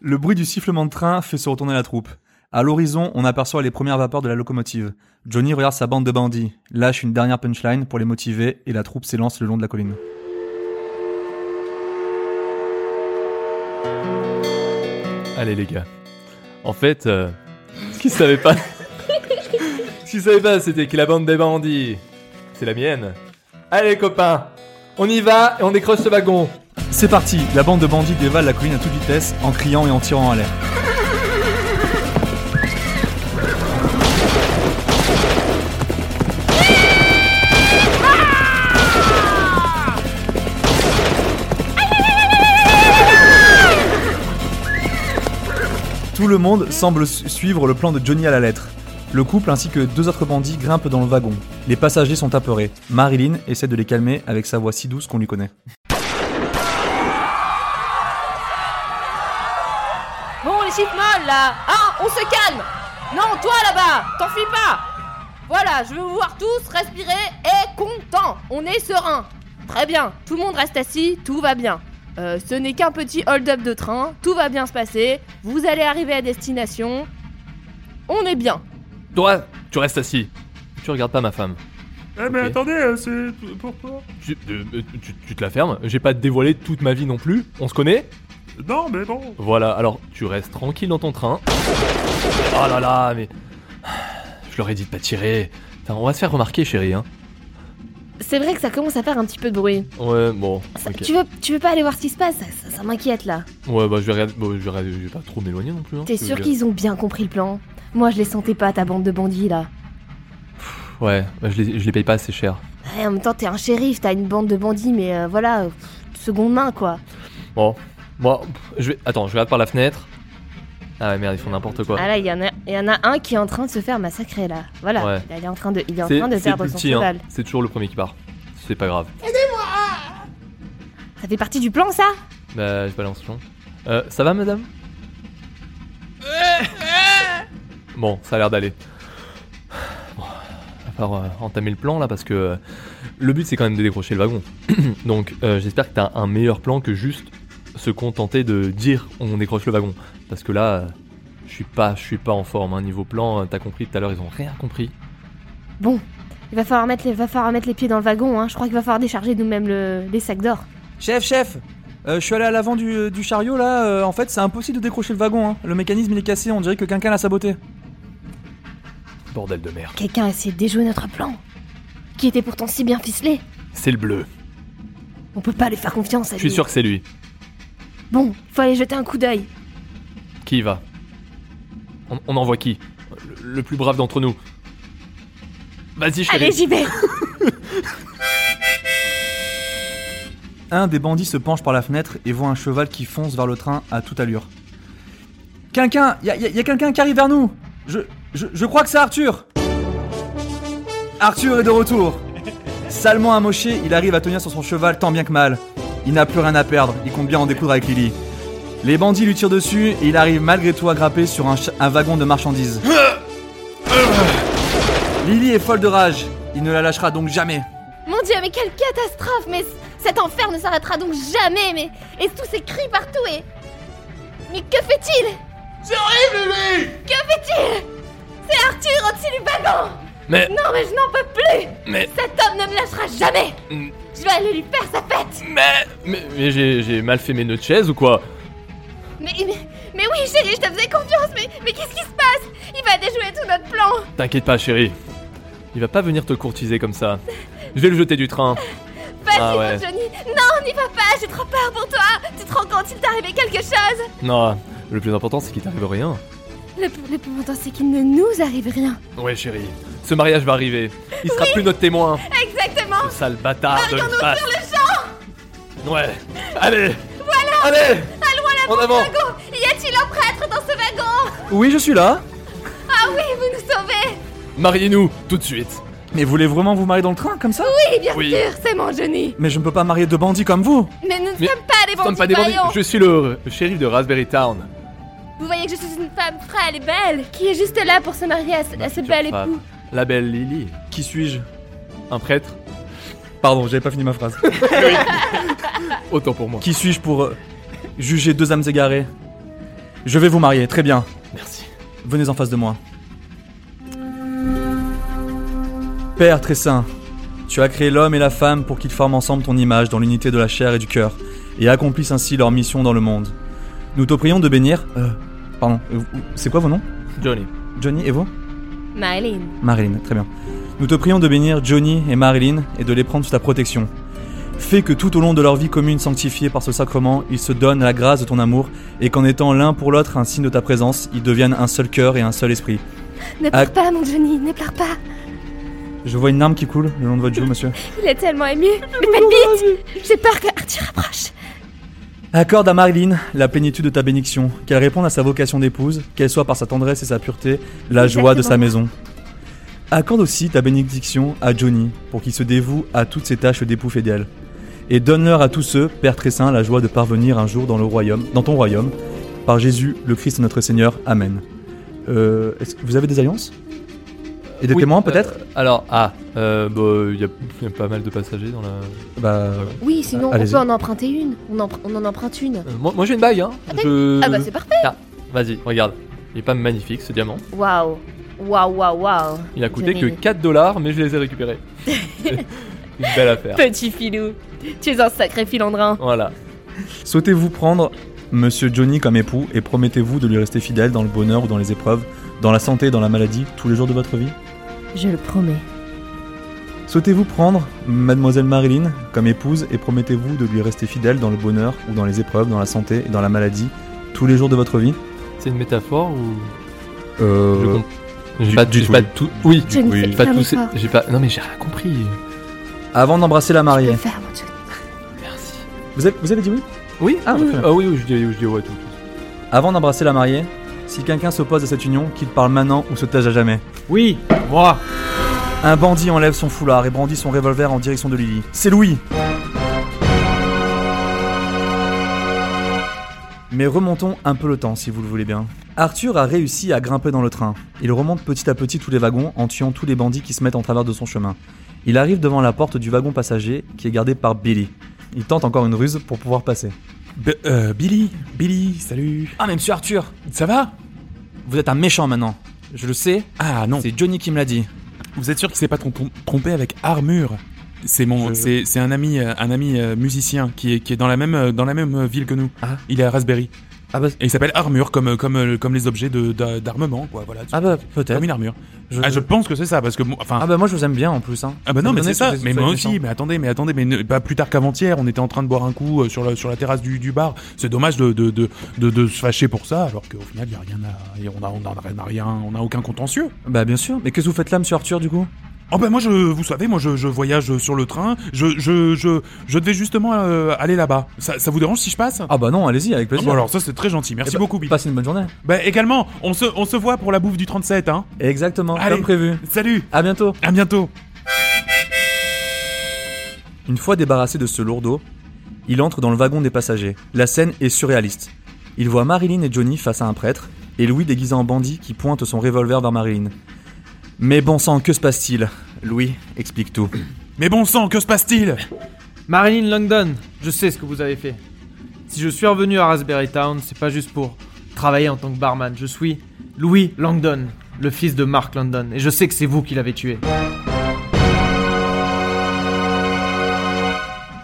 S2: Le bruit du sifflement de train fait se retourner la troupe. À l'horizon, on aperçoit les premières vapeurs de la locomotive. Johnny regarde sa bande de bandits, lâche une dernière punchline pour les motiver et la troupe s'élance le long de la colline.
S4: Allez les gars. En fait, euh, ce qu'ils savaient pas, ce qu'ils savaient pas, c'était que la bande des bandits, c'est la mienne. Allez copains, on y va et on décroche ce wagon.
S2: C'est parti, la bande de bandits dévale la colline à toute vitesse en criant et en tirant à l'air. Tout le monde semble su- suivre le plan de Johnny à la lettre. Le couple ainsi que deux autres bandits grimpent dans le wagon. Les passagers sont apeurés. Marilyn essaie de les calmer avec sa voix si douce qu'on lui connaît.
S5: Bon, les chiffres molles, là Hein On se calme Ah, Non, toi, là-bas T'enfuis pas Voilà, je veux vous voir tous respirer et content On est serein Très bien, tout le monde reste assis, tout va bien. Euh, ce n'est qu'un petit hold-up de train, tout va bien se passer, vous allez arriver à destination. On est bien.
S4: Toi, tu restes assis. Tu regardes pas ma femme.
S3: Eh, mais
S4: Ok.
S3: attendez, euh, c'est p- pourquoi
S4: Tu, euh, euh, tu- tu te la fermes. J'ai pas dévoilé toute ma vie non plus. On se connaît.
S3: Non, mais bon.
S4: Voilà. Alors, tu restes tranquille dans ton train. Oh là là, mais je leur ai dit de pas tirer. Putain, on va se faire remarquer, chérie. Hein.
S5: C'est vrai que ça commence à faire un petit peu de bruit.
S4: Ouais, bon.
S5: Ça-
S4: ok.
S5: tu, veux, tu veux pas aller voir ce qui se passe Ça, ça- ça m'inquiète là.
S4: Ouais, bah je vais regarder. Bon, je vais, regarder- je vais pas trop m'éloigner non plus. hein,
S5: T'es
S4: parce que
S5: sûr
S4: je-
S5: qu'ils ont bien compris le plan Moi je les sentais pas, ta bande de bandits là.
S4: Ouais, bah, je, les, je les paye pas assez cher.
S5: Ouais, en même temps, t'es un shérif, t'as une bande de bandits, mais euh, voilà, euh, pff, seconde main quoi.
S4: Bon, bon, pff, je vais. Attends, je regarde par la fenêtre. Ah ouais, merde, ils font n'importe quoi.
S5: Ah là, il y, en a- il y en a un qui est en train de se faire massacrer là. Voilà,
S4: Ouais.
S5: il est en train de, il est en
S4: C'est
S5: train de
S4: c'est
S5: perdre
S4: plus
S5: son
S4: petit, hein.
S5: cheval.
S4: C'est toujours le premier qui part. C'est pas grave.
S5: Ça fait partie du plan ça
S4: Bah, je balance le son. Euh, ça va, madame Bon, ça a l'air d'aller. Bon, à part euh, entamer le plan là, parce que euh, le but c'est quand même de décrocher le wagon. Donc, euh, j'espère que t'as un meilleur plan que juste se contenter de dire on décroche le wagon. Parce que là, euh, je suis pas, je suis pas en forme. hein. Niveau plan, euh, t'as compris tout à l'heure, ils ont rien compris.
S5: Bon, il va falloir mettre les, va falloir mettre les pieds dans le wagon, hein. je crois qu'il va falloir décharger nous-mêmes le, les sacs d'or.
S2: Chef, chef euh, Je suis allé à l'avant du, chariot là, euh, en fait c'est impossible de décrocher le wagon, hein. le mécanisme il est cassé, on dirait que quelqu'un l'a saboté.
S4: Bordel de merde.
S5: Quelqu'un a essayé de déjouer notre plan qui était pourtant si bien ficelé.
S4: C'est le bleu.
S5: On peut pas lui faire confiance à
S4: Je suis
S5: lui.
S4: sûr que c'est lui.
S5: Bon, faut aller jeter un coup d'œil.
S4: Qui y va on, on envoie qui le, le plus brave d'entre nous. Vas-y, chérie.
S5: Allez, j'y vais.
S2: Un des bandits se penche par la fenêtre et voit un cheval qui fonce vers le train à toute allure. Quelqu'un, y a, y a- y a quelqu'un qui arrive vers nous je, je, je crois que c'est Arthur Arthur est de retour Salement amoché, il arrive à tenir sur son cheval tant bien que mal. Il n'a plus rien à perdre, il compte bien en découdre avec Lily. Les bandits lui tirent dessus et il arrive malgré tout à grapper sur un, cha- un wagon de marchandises. Lily est folle de rage, il ne la lâchera donc jamais.
S5: Mon dieu, mais quelle catastrophe Mais c- cet enfer ne s'arrêtera donc jamais, mais... Et tous ces cris partout, et... Mais que fait-il C'est horrible, lui Que fait-il C'est Arthur au-dessus du wagon
S4: Mais-
S5: Non, mais je n'en peux plus
S4: Mais-
S5: Cet homme ne me lâchera jamais
S4: Mm.
S5: Je vais aller lui faire sa fête
S4: Mais, mais, mais j'ai j'ai mal fait mes nœuds de chaise ou quoi
S5: Mais, mais, mais oui, chérie, je te faisais confiance, mais, mais qu'est-ce qui se passe Il va déjouer tout notre plan
S4: T'inquiète pas, chérie. Il va pas venir te courtiser comme ça. Je vais le jeter du train.
S5: Vas-y,
S4: Ah
S5: mon
S4: ouais.
S5: Johnny Non, n'y va pas, j'ai trop peur pour toi Tu te rends compte, il t'est arrivé quelque chose
S4: Non, le plus important, c'est qu'il t'arrive rien.
S5: Le, le plus important, c'est qu'il ne nous arrive rien
S4: Ouais, chérie. Ce mariage va arriver. Il sera plus notre témoin.
S5: Exactement
S4: Ce sale bâtard de face. Ouais. Allez. Voilà. Allez. En avant.
S5: Vagon Y a-t-il un prêtre dans ce wagon
S2: Oui, je suis là
S5: Ah oui, vous nous sauvez
S4: Mariez-nous tout de suite.
S2: Mais vous voulez vraiment vous marier dans le train comme ça
S5: Oui, Eh bien
S4: Oui.
S5: sûr, c'est mon Johnny
S2: Mais je ne peux pas marier deux bandits comme vous
S5: Mais nous ne
S4: Mais-
S5: sommes pas des
S4: Nous sommes
S5: bandits
S4: pas des bandits.
S5: vaillants.
S4: Je suis le le shérif de Raspberry Town.
S5: Vous voyez que je suis une femme frêle et belle Qui est juste là pour se marier à, ce-
S4: Ma
S5: à ce
S4: future
S5: bel
S4: femme.
S5: époux
S4: La belle Lily.
S2: Qui suis-je
S4: Un prêtre.
S2: Pardon, j'avais pas fini ma phrase.
S4: Autant pour moi.
S2: Qui suis-je pour euh, juger deux âmes égarées Je vais vous marier, très bien.
S4: Merci.
S2: Venez en face de moi. Père très saint, tu as créé l'homme et la femme pour qu'ils forment ensemble ton image dans l'unité de la chair et du cœur, et accomplissent ainsi leur mission dans le monde. Nous te prions de bénir... Euh, pardon, euh, c'est quoi vos noms
S4: Johnny.
S2: Johnny et vous
S5: Marilyn
S2: Marilyn, très bien. Nous te prions de bénir Johnny et Marilyn et de les prendre sous ta protection. Fais que tout au long de leur vie commune sanctifiée par ce sacrement, ils se donnent la grâce de ton amour et qu'en étant l'un pour l'autre un signe de ta présence, ils deviennent un seul cœur et un seul esprit.
S5: Ne
S4: Ah.
S5: pleure pas, mon Johnny, ne pleure pas
S2: Je vois une arme qui coule le long de votre joue, monsieur.
S5: Il est tellement ému
S4: Ah,
S5: Mais faites vite J'ai peur que Arthur approche
S2: Accorde à Marilyn la plénitude de ta bénédiction, qu'elle réponde à sa vocation d'épouse, qu'elle soit par sa tendresse et sa pureté la joie de sa maison. Accorde aussi ta bénédiction à Johnny, pour qu'il se dévoue à toutes ses tâches d'époux fidèle. Et donne-leur à tous ceux, Père très saint, la joie de parvenir un jour dans le royaume, dans ton royaume, par Jésus, le Christ notre Seigneur. Amen. Euh, est-ce que vous avez des alliances Et des
S4: Oui,
S2: témoins
S4: euh,
S2: peut-être
S4: Alors, ah, euh, bah, il y, a- il y a pas mal de passagers dans la. euh,
S2: Bah,
S5: Oui, sinon
S2: on Allez-y. peut
S5: en emprunter une. On en, emprunte une.
S4: Euh, moi, moi, j'ai une bague, hein.
S5: Attends.
S4: Je-
S5: Ah bah c'est parfait
S4: Vas-y, regarde. Il est pas magnifique ce diamant.
S5: Waouh Waouh, waouh, waouh
S4: Il a coûté que
S5: Johnny.
S4: 4 dollars, mais je les ai récupérés. une belle affaire.
S5: Petit filou Tu es un sacré filandrin
S4: Voilà.
S2: Souhaitez-vous prendre Monsieur Johnny comme époux et promettez-vous de lui rester fidèle dans le bonheur ou dans les épreuves, dans la santé et dans la maladie, tous les jours de votre vie
S5: Je le promets.
S2: Souhaitez-vous prendre Mademoiselle Marilyn comme épouse et promettez-vous de lui rester fidèle dans le bonheur ou dans les épreuves, dans la santé et dans la maladie, tous les jours de votre vie
S4: C'est une métaphore ou Je
S2: Euh...
S4: comprends. J'ai pas,
S2: du
S4: j'ai
S2: tout.
S4: pas tout. Oui.
S5: Je ne
S2: Oui.
S5: sais
S4: J'ai pas
S5: faire
S4: tout.
S5: mes
S4: sé-
S5: efforts.
S4: J'ai pas. Non mais j'ai rien compris.
S2: Avant d'embrasser la
S5: Je peux
S2: mariée.
S5: le faire, mon Johnny.
S4: Merci.
S2: Vous avez, vous avez dit oui
S4: Oui.
S2: Ah,
S4: Ah
S2: bah,
S4: oui.
S2: très bien.
S4: Ah oui. oui, Je dis, je dis ouais tout. tout.
S2: Avant d'embrasser la mariée, si quelqu'un s'oppose à cette union, qu'il parle maintenant ou se taise à jamais.
S6: Oui, moi.
S2: Un bandit enlève son foulard et brandit son revolver en direction de Lily. C'est Louis Mais remontons un peu le temps si vous le voulez bien. Arthur a réussi à grimper dans le train. Il remonte petit à petit tous les wagons en tuant tous les bandits qui se mettent en travers de son chemin. Il arrive devant la porte du wagon passager qui est gardée par Billy. Il tente encore une ruse pour pouvoir passer.
S3: B- euh, Billy, Billy, salut.
S2: Ah mais monsieur Arthur,
S3: Ça va
S2: vous êtes un méchant maintenant. Je le sais,
S3: Ah non.
S2: c'est Johnny qui me l'a dit.
S3: Vous êtes sûr qu'il s'est pas trom- trompé avec armure C'est mon,
S2: Je-
S3: c'est, c'est un ami, euh, un ami euh, musicien qui est, qui est dans la même, euh, dans la même euh, ville que nous.
S2: Ah.
S3: Il est à Raspberry.
S2: Ah bah,
S3: Et il s'appelle armure, comme, euh, comme, euh, comme les objets de- d'a- d'armement, quoi. Voilà.
S2: ah bah
S3: comme
S2: peut-être.
S3: une armure.
S2: Je-
S3: Ah, je pense que c'est ça, parce que, bon, enfin,
S2: Ah bah moi je vous aime bien en plus. Hein.
S3: Ah bah non,
S2: Vous
S3: mais
S2: me
S3: c'est
S2: donnez
S3: ça.
S2: tous les-
S3: Mais
S2: tous
S3: moi
S2: les
S3: aussi.
S2: méchants.
S3: Mais attendez, mais attendez, mais ne- pas plus tard qu'avant-hier, on était en train de boire un coup euh, sur la, sur la terrasse du, du bar. C'est dommage de, de, de, de, de se fâcher pour ça, alors qu'au final, il y a rien à, et on a, on a, on a rien, on a aucun contentieux.
S2: Bah bien sûr. Mais qu'est-ce que vous faites là, monsieur Arthur, du coup
S3: Oh bah moi, je, vous savez, moi, je, je voyage sur le train. Je, je, je, je devais justement euh, aller là-bas. Ça, ça vous dérange si je passe
S2: Ah bah non, allez-y avec
S3: Ah
S2: plaisir.
S3: bon, alors ça, c'est très gentil. Merci
S2: Eh bah,
S3: beaucoup, Bill.
S2: Passez une bonne journée.
S3: Bah également, on se, on se voit pour la bouffe du 37, hein.
S2: Exactement,
S3: Allez.
S2: comme prévu.
S3: Salut,
S2: À bientôt.
S3: à bientôt.
S2: Une fois débarrassé de ce lourdeau, il entre dans le wagon des passagers. La scène est surréaliste. Il voit Marilyn et Johnny face à un prêtre, et Louis déguisé en bandit qui pointe son revolver vers Marilyn. Mais bon sang, que se passe-t-il Louis explique tout.
S3: Mais bon sang, que se passe-t-il
S6: Marilyn Langdon, je sais ce que vous avez fait. Si je suis revenu à Raspberry Town, c'est pas juste pour travailler en tant que barman. Je suis Louis Langdon, le fils de Mark Langdon, et je sais que c'est vous qui l'avez tué.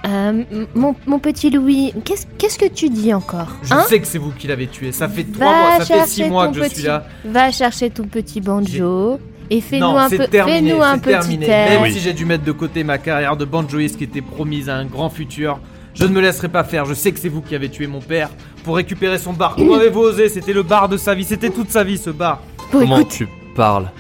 S5: Euh, m- mon, mon petit Louis, qu'est-ce qu'est-ce que tu dis encore
S6: Je
S5: Hein
S6: sais que c'est vous qui l'avez tué. Ça fait trois
S5: Va
S6: mois, ça fait
S5: chercher
S6: six mois
S5: ton
S6: que je suis
S5: petit-
S6: là.
S5: Va chercher ton petit banjo et fais-nous
S6: non,
S5: un,
S6: c'est
S5: peu,
S6: terminé,
S5: fais-nous un
S6: c'est
S5: petit
S6: terminé.
S5: air.
S6: Même si j'ai dû mettre de côté ma carrière de banjoïste qui était promise à un grand futur, je ne me laisserai pas faire. Je sais que c'est vous qui avez tué mon père pour récupérer son bar. Comment avez-vous osé C'était le bar de sa vie, c'était toute sa vie ce bar.
S5: Bon,
S4: Comment
S5: écoute,
S4: tu parles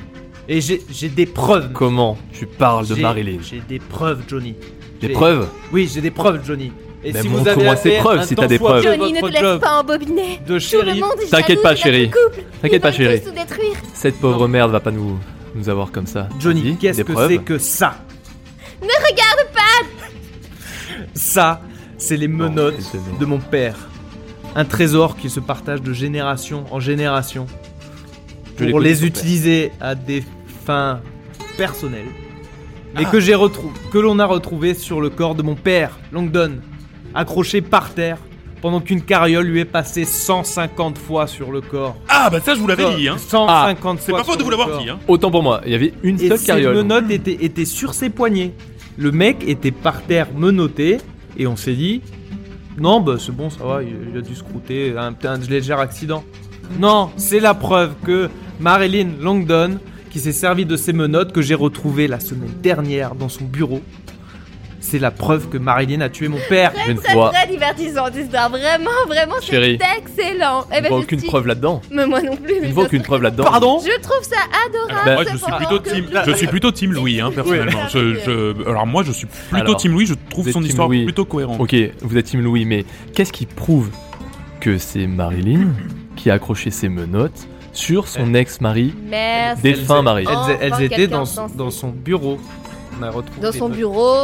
S6: Et j'ai j'ai des preuves.
S4: Comment tu parles de
S6: J'ai-
S4: Marilyn
S6: J'ai des preuves, Johnny.
S4: Des
S6: j'ai-
S4: preuves
S6: Oui, j'ai des preuves, Johnny. Et
S4: Mais
S6: si vous avez
S4: montre-moi Ben ces
S6: affaire à
S4: preuves
S6: un
S4: si t'as
S6: temps
S4: des
S6: soit
S4: preuves.
S6: peu
S5: Johnny, ne
S6: votre
S5: te laisse
S6: job
S5: pas embobiner.
S6: de
S5: Tout le
S6: chérie.
S5: monde est
S4: T'inquiète
S5: jaloux
S4: pas,
S5: de notre
S4: chérie.
S5: couple.
S4: T'inquiète
S5: Ils
S4: pas,
S5: veulent
S4: chérie.
S5: tous nous détruire.
S4: Cette pauvre merde va pas nous, nous avoir comme ça. Vas-y,
S6: Johnny, qu'est-ce
S4: des
S6: que
S4: preuves
S6: c'est que ça
S5: Ne regarde
S6: Ça, c'est les menottes
S4: c'est bon.
S6: de mon père. Un trésor qui se partage de génération en génération
S4: Je l'ai
S6: pour
S4: connu,
S6: les
S4: ton père.
S6: utiliser à des fins personnelles. Mais
S3: Ah.
S6: que j'ai retrou- que l'on a retrouvé sur le corps de mon père, Longdon, accroché par terre pendant qu'une carriole lui est passée 150 fois sur le corps.
S3: Ah bah ça, je vous l'avais dit, hein.
S6: 150
S3: C'est
S6: fois
S3: pas faute
S6: sur
S3: de vous
S6: le
S3: l'avoir
S6: corps.
S3: dit, hein.
S4: Autant pour moi, il y avait une
S6: Et
S4: seule
S6: ses
S4: carriole.
S6: menottes étaient, étaient sur ses poignets. Le mec était par terre menotté et on s'est dit non bah c'est bon ça va il, il a dû scrouter un, un léger accident. Non c'est la preuve que Marilyn Longdon qui s'est servie de ses menottes que j'ai retrouvées la semaine dernière dans son bureau. C'est la preuve que Marilyn a tué mon père.
S4: Je ne
S5: pas,
S4: vois,
S5: très divertissant cette histoire. Vraiment, vraiment,
S4: Chérie.
S5: c'est excellent. Eh
S4: je ne
S5: ben,
S4: vois
S5: je
S4: aucune
S5: suis-
S4: preuve là-dedans.
S5: Mais moi non plus.
S4: Je
S5: mais
S4: ne vois
S5: je-
S4: aucune preuve là-dedans.
S6: Pardon
S5: Je trouve ça
S3: Alors,
S5: adorable.
S3: bah, moi,
S5: ce
S3: je suis
S5: pendant
S3: plutôt
S5: que
S3: team.
S5: Blue-
S3: Je suis plutôt team Louis, hein, personnellement. Je, je- alors moi, je suis plutôt
S4: Alors,
S3: team Louis. Je trouve
S4: vous
S3: son
S4: êtes team
S3: histoire
S4: Louis.
S3: plutôt cohérente.
S4: Ok, vous êtes Team Louis, mais qu'est-ce qui prouve que c'est Marilyn qui a accroché ses menottes sur son ex-mari
S5: Merci.
S4: Défunt mari.
S6: Elles,
S5: Enfin,
S6: elles étaient
S5: Oh, quelqu'un
S6: dans,
S5: sensé.
S6: dans son bureau. On a retrouvé
S5: Dans son
S6: le-
S5: bureau,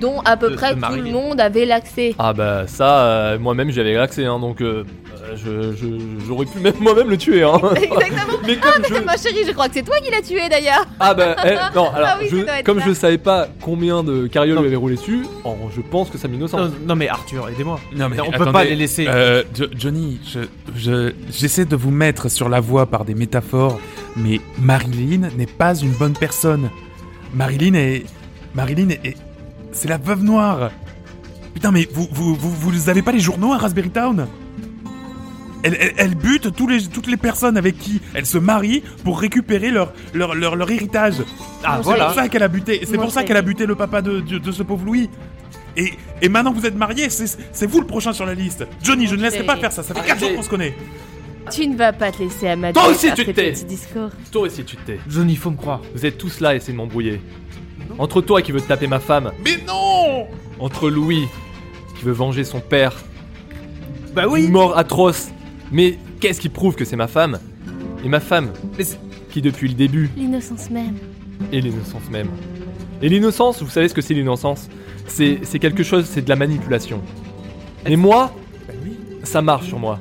S5: dont à peu
S6: De-
S5: près
S6: de
S5: tout le
S6: Marilyn.
S5: monde avait l'accès.
S4: Ah bah ça, euh, moi-même j'avais accès, hein, donc euh, euh, je- je- j'aurais pu même moi-même le tuer. Hein.
S5: Exactement. Ah,
S4: mais comme je...
S5: C'est ma chérie, je crois que c'est toi qui l'as tué d'ailleurs.
S4: Ah bah eh, non, alors
S5: oui, ça
S4: je-
S5: doit être
S4: comme
S5: ça.
S4: je savais pas combien de carrioles
S6: Non.
S4: lui avait roulé dessus, en- je pense que ça m'innocente.
S6: Non, non, mais Arthur aidez-moi.
S3: Non mais
S6: on peut
S3: attendez,
S6: pas les laisser.
S3: euh, Jo- Johnny, je, je- j'essaie de vous mettre sur la voie par des métaphores, mais Marilyn n'est pas une bonne personne. Marilyn est, Marilyn est, est- c'est la veuve noire. Putain, mais vous, vous, vous, vous avez pas les journaux à Raspberry Town elle, elle- elle bute tous les, toutes les personnes avec qui elle se marie pour récupérer leur, leur, leur, leur héritage.
S6: Ah
S5: Mon
S6: voilà.
S3: C'est pour ça qu'elle a buté. C'est
S5: Moi,
S3: pour ça
S5: je
S3: qu'elle a buté le papa de, de, de ce pauvre Louis. Et, et maintenant que vous êtes mariés, c'est c'est vous le prochain sur la liste. Johnny, je ne laisserai pas faire ça. Ça fait 4 jours qu'on se connaît.
S5: Tu ne vas pas te laisser amadouer
S4: Toi aussi,
S5: par
S4: tu
S5: ces
S4: t'es.
S5: petits discours.
S4: Toi aussi tu te tais.
S6: Johnny, faut me croire.
S4: Vous êtes tous là à essayer de m'embrouiller. Entre toi qui veut te taper ma femme,
S3: Mais non
S4: entre Louis qui veut venger son père,
S6: Bah
S4: une mort atroce. Mais qu'est-ce qui prouve que c'est ma femme Et ma femme,
S6: Mais c'est-
S4: qui depuis le début
S5: L'innocence même.
S4: est l'innocence même. Et l'innocence, vous savez ce que c'est l'innocence C'est c'est quelque chose, c'est de la manipulation. Et moi,
S3: Ben
S4: ça marche sur moi.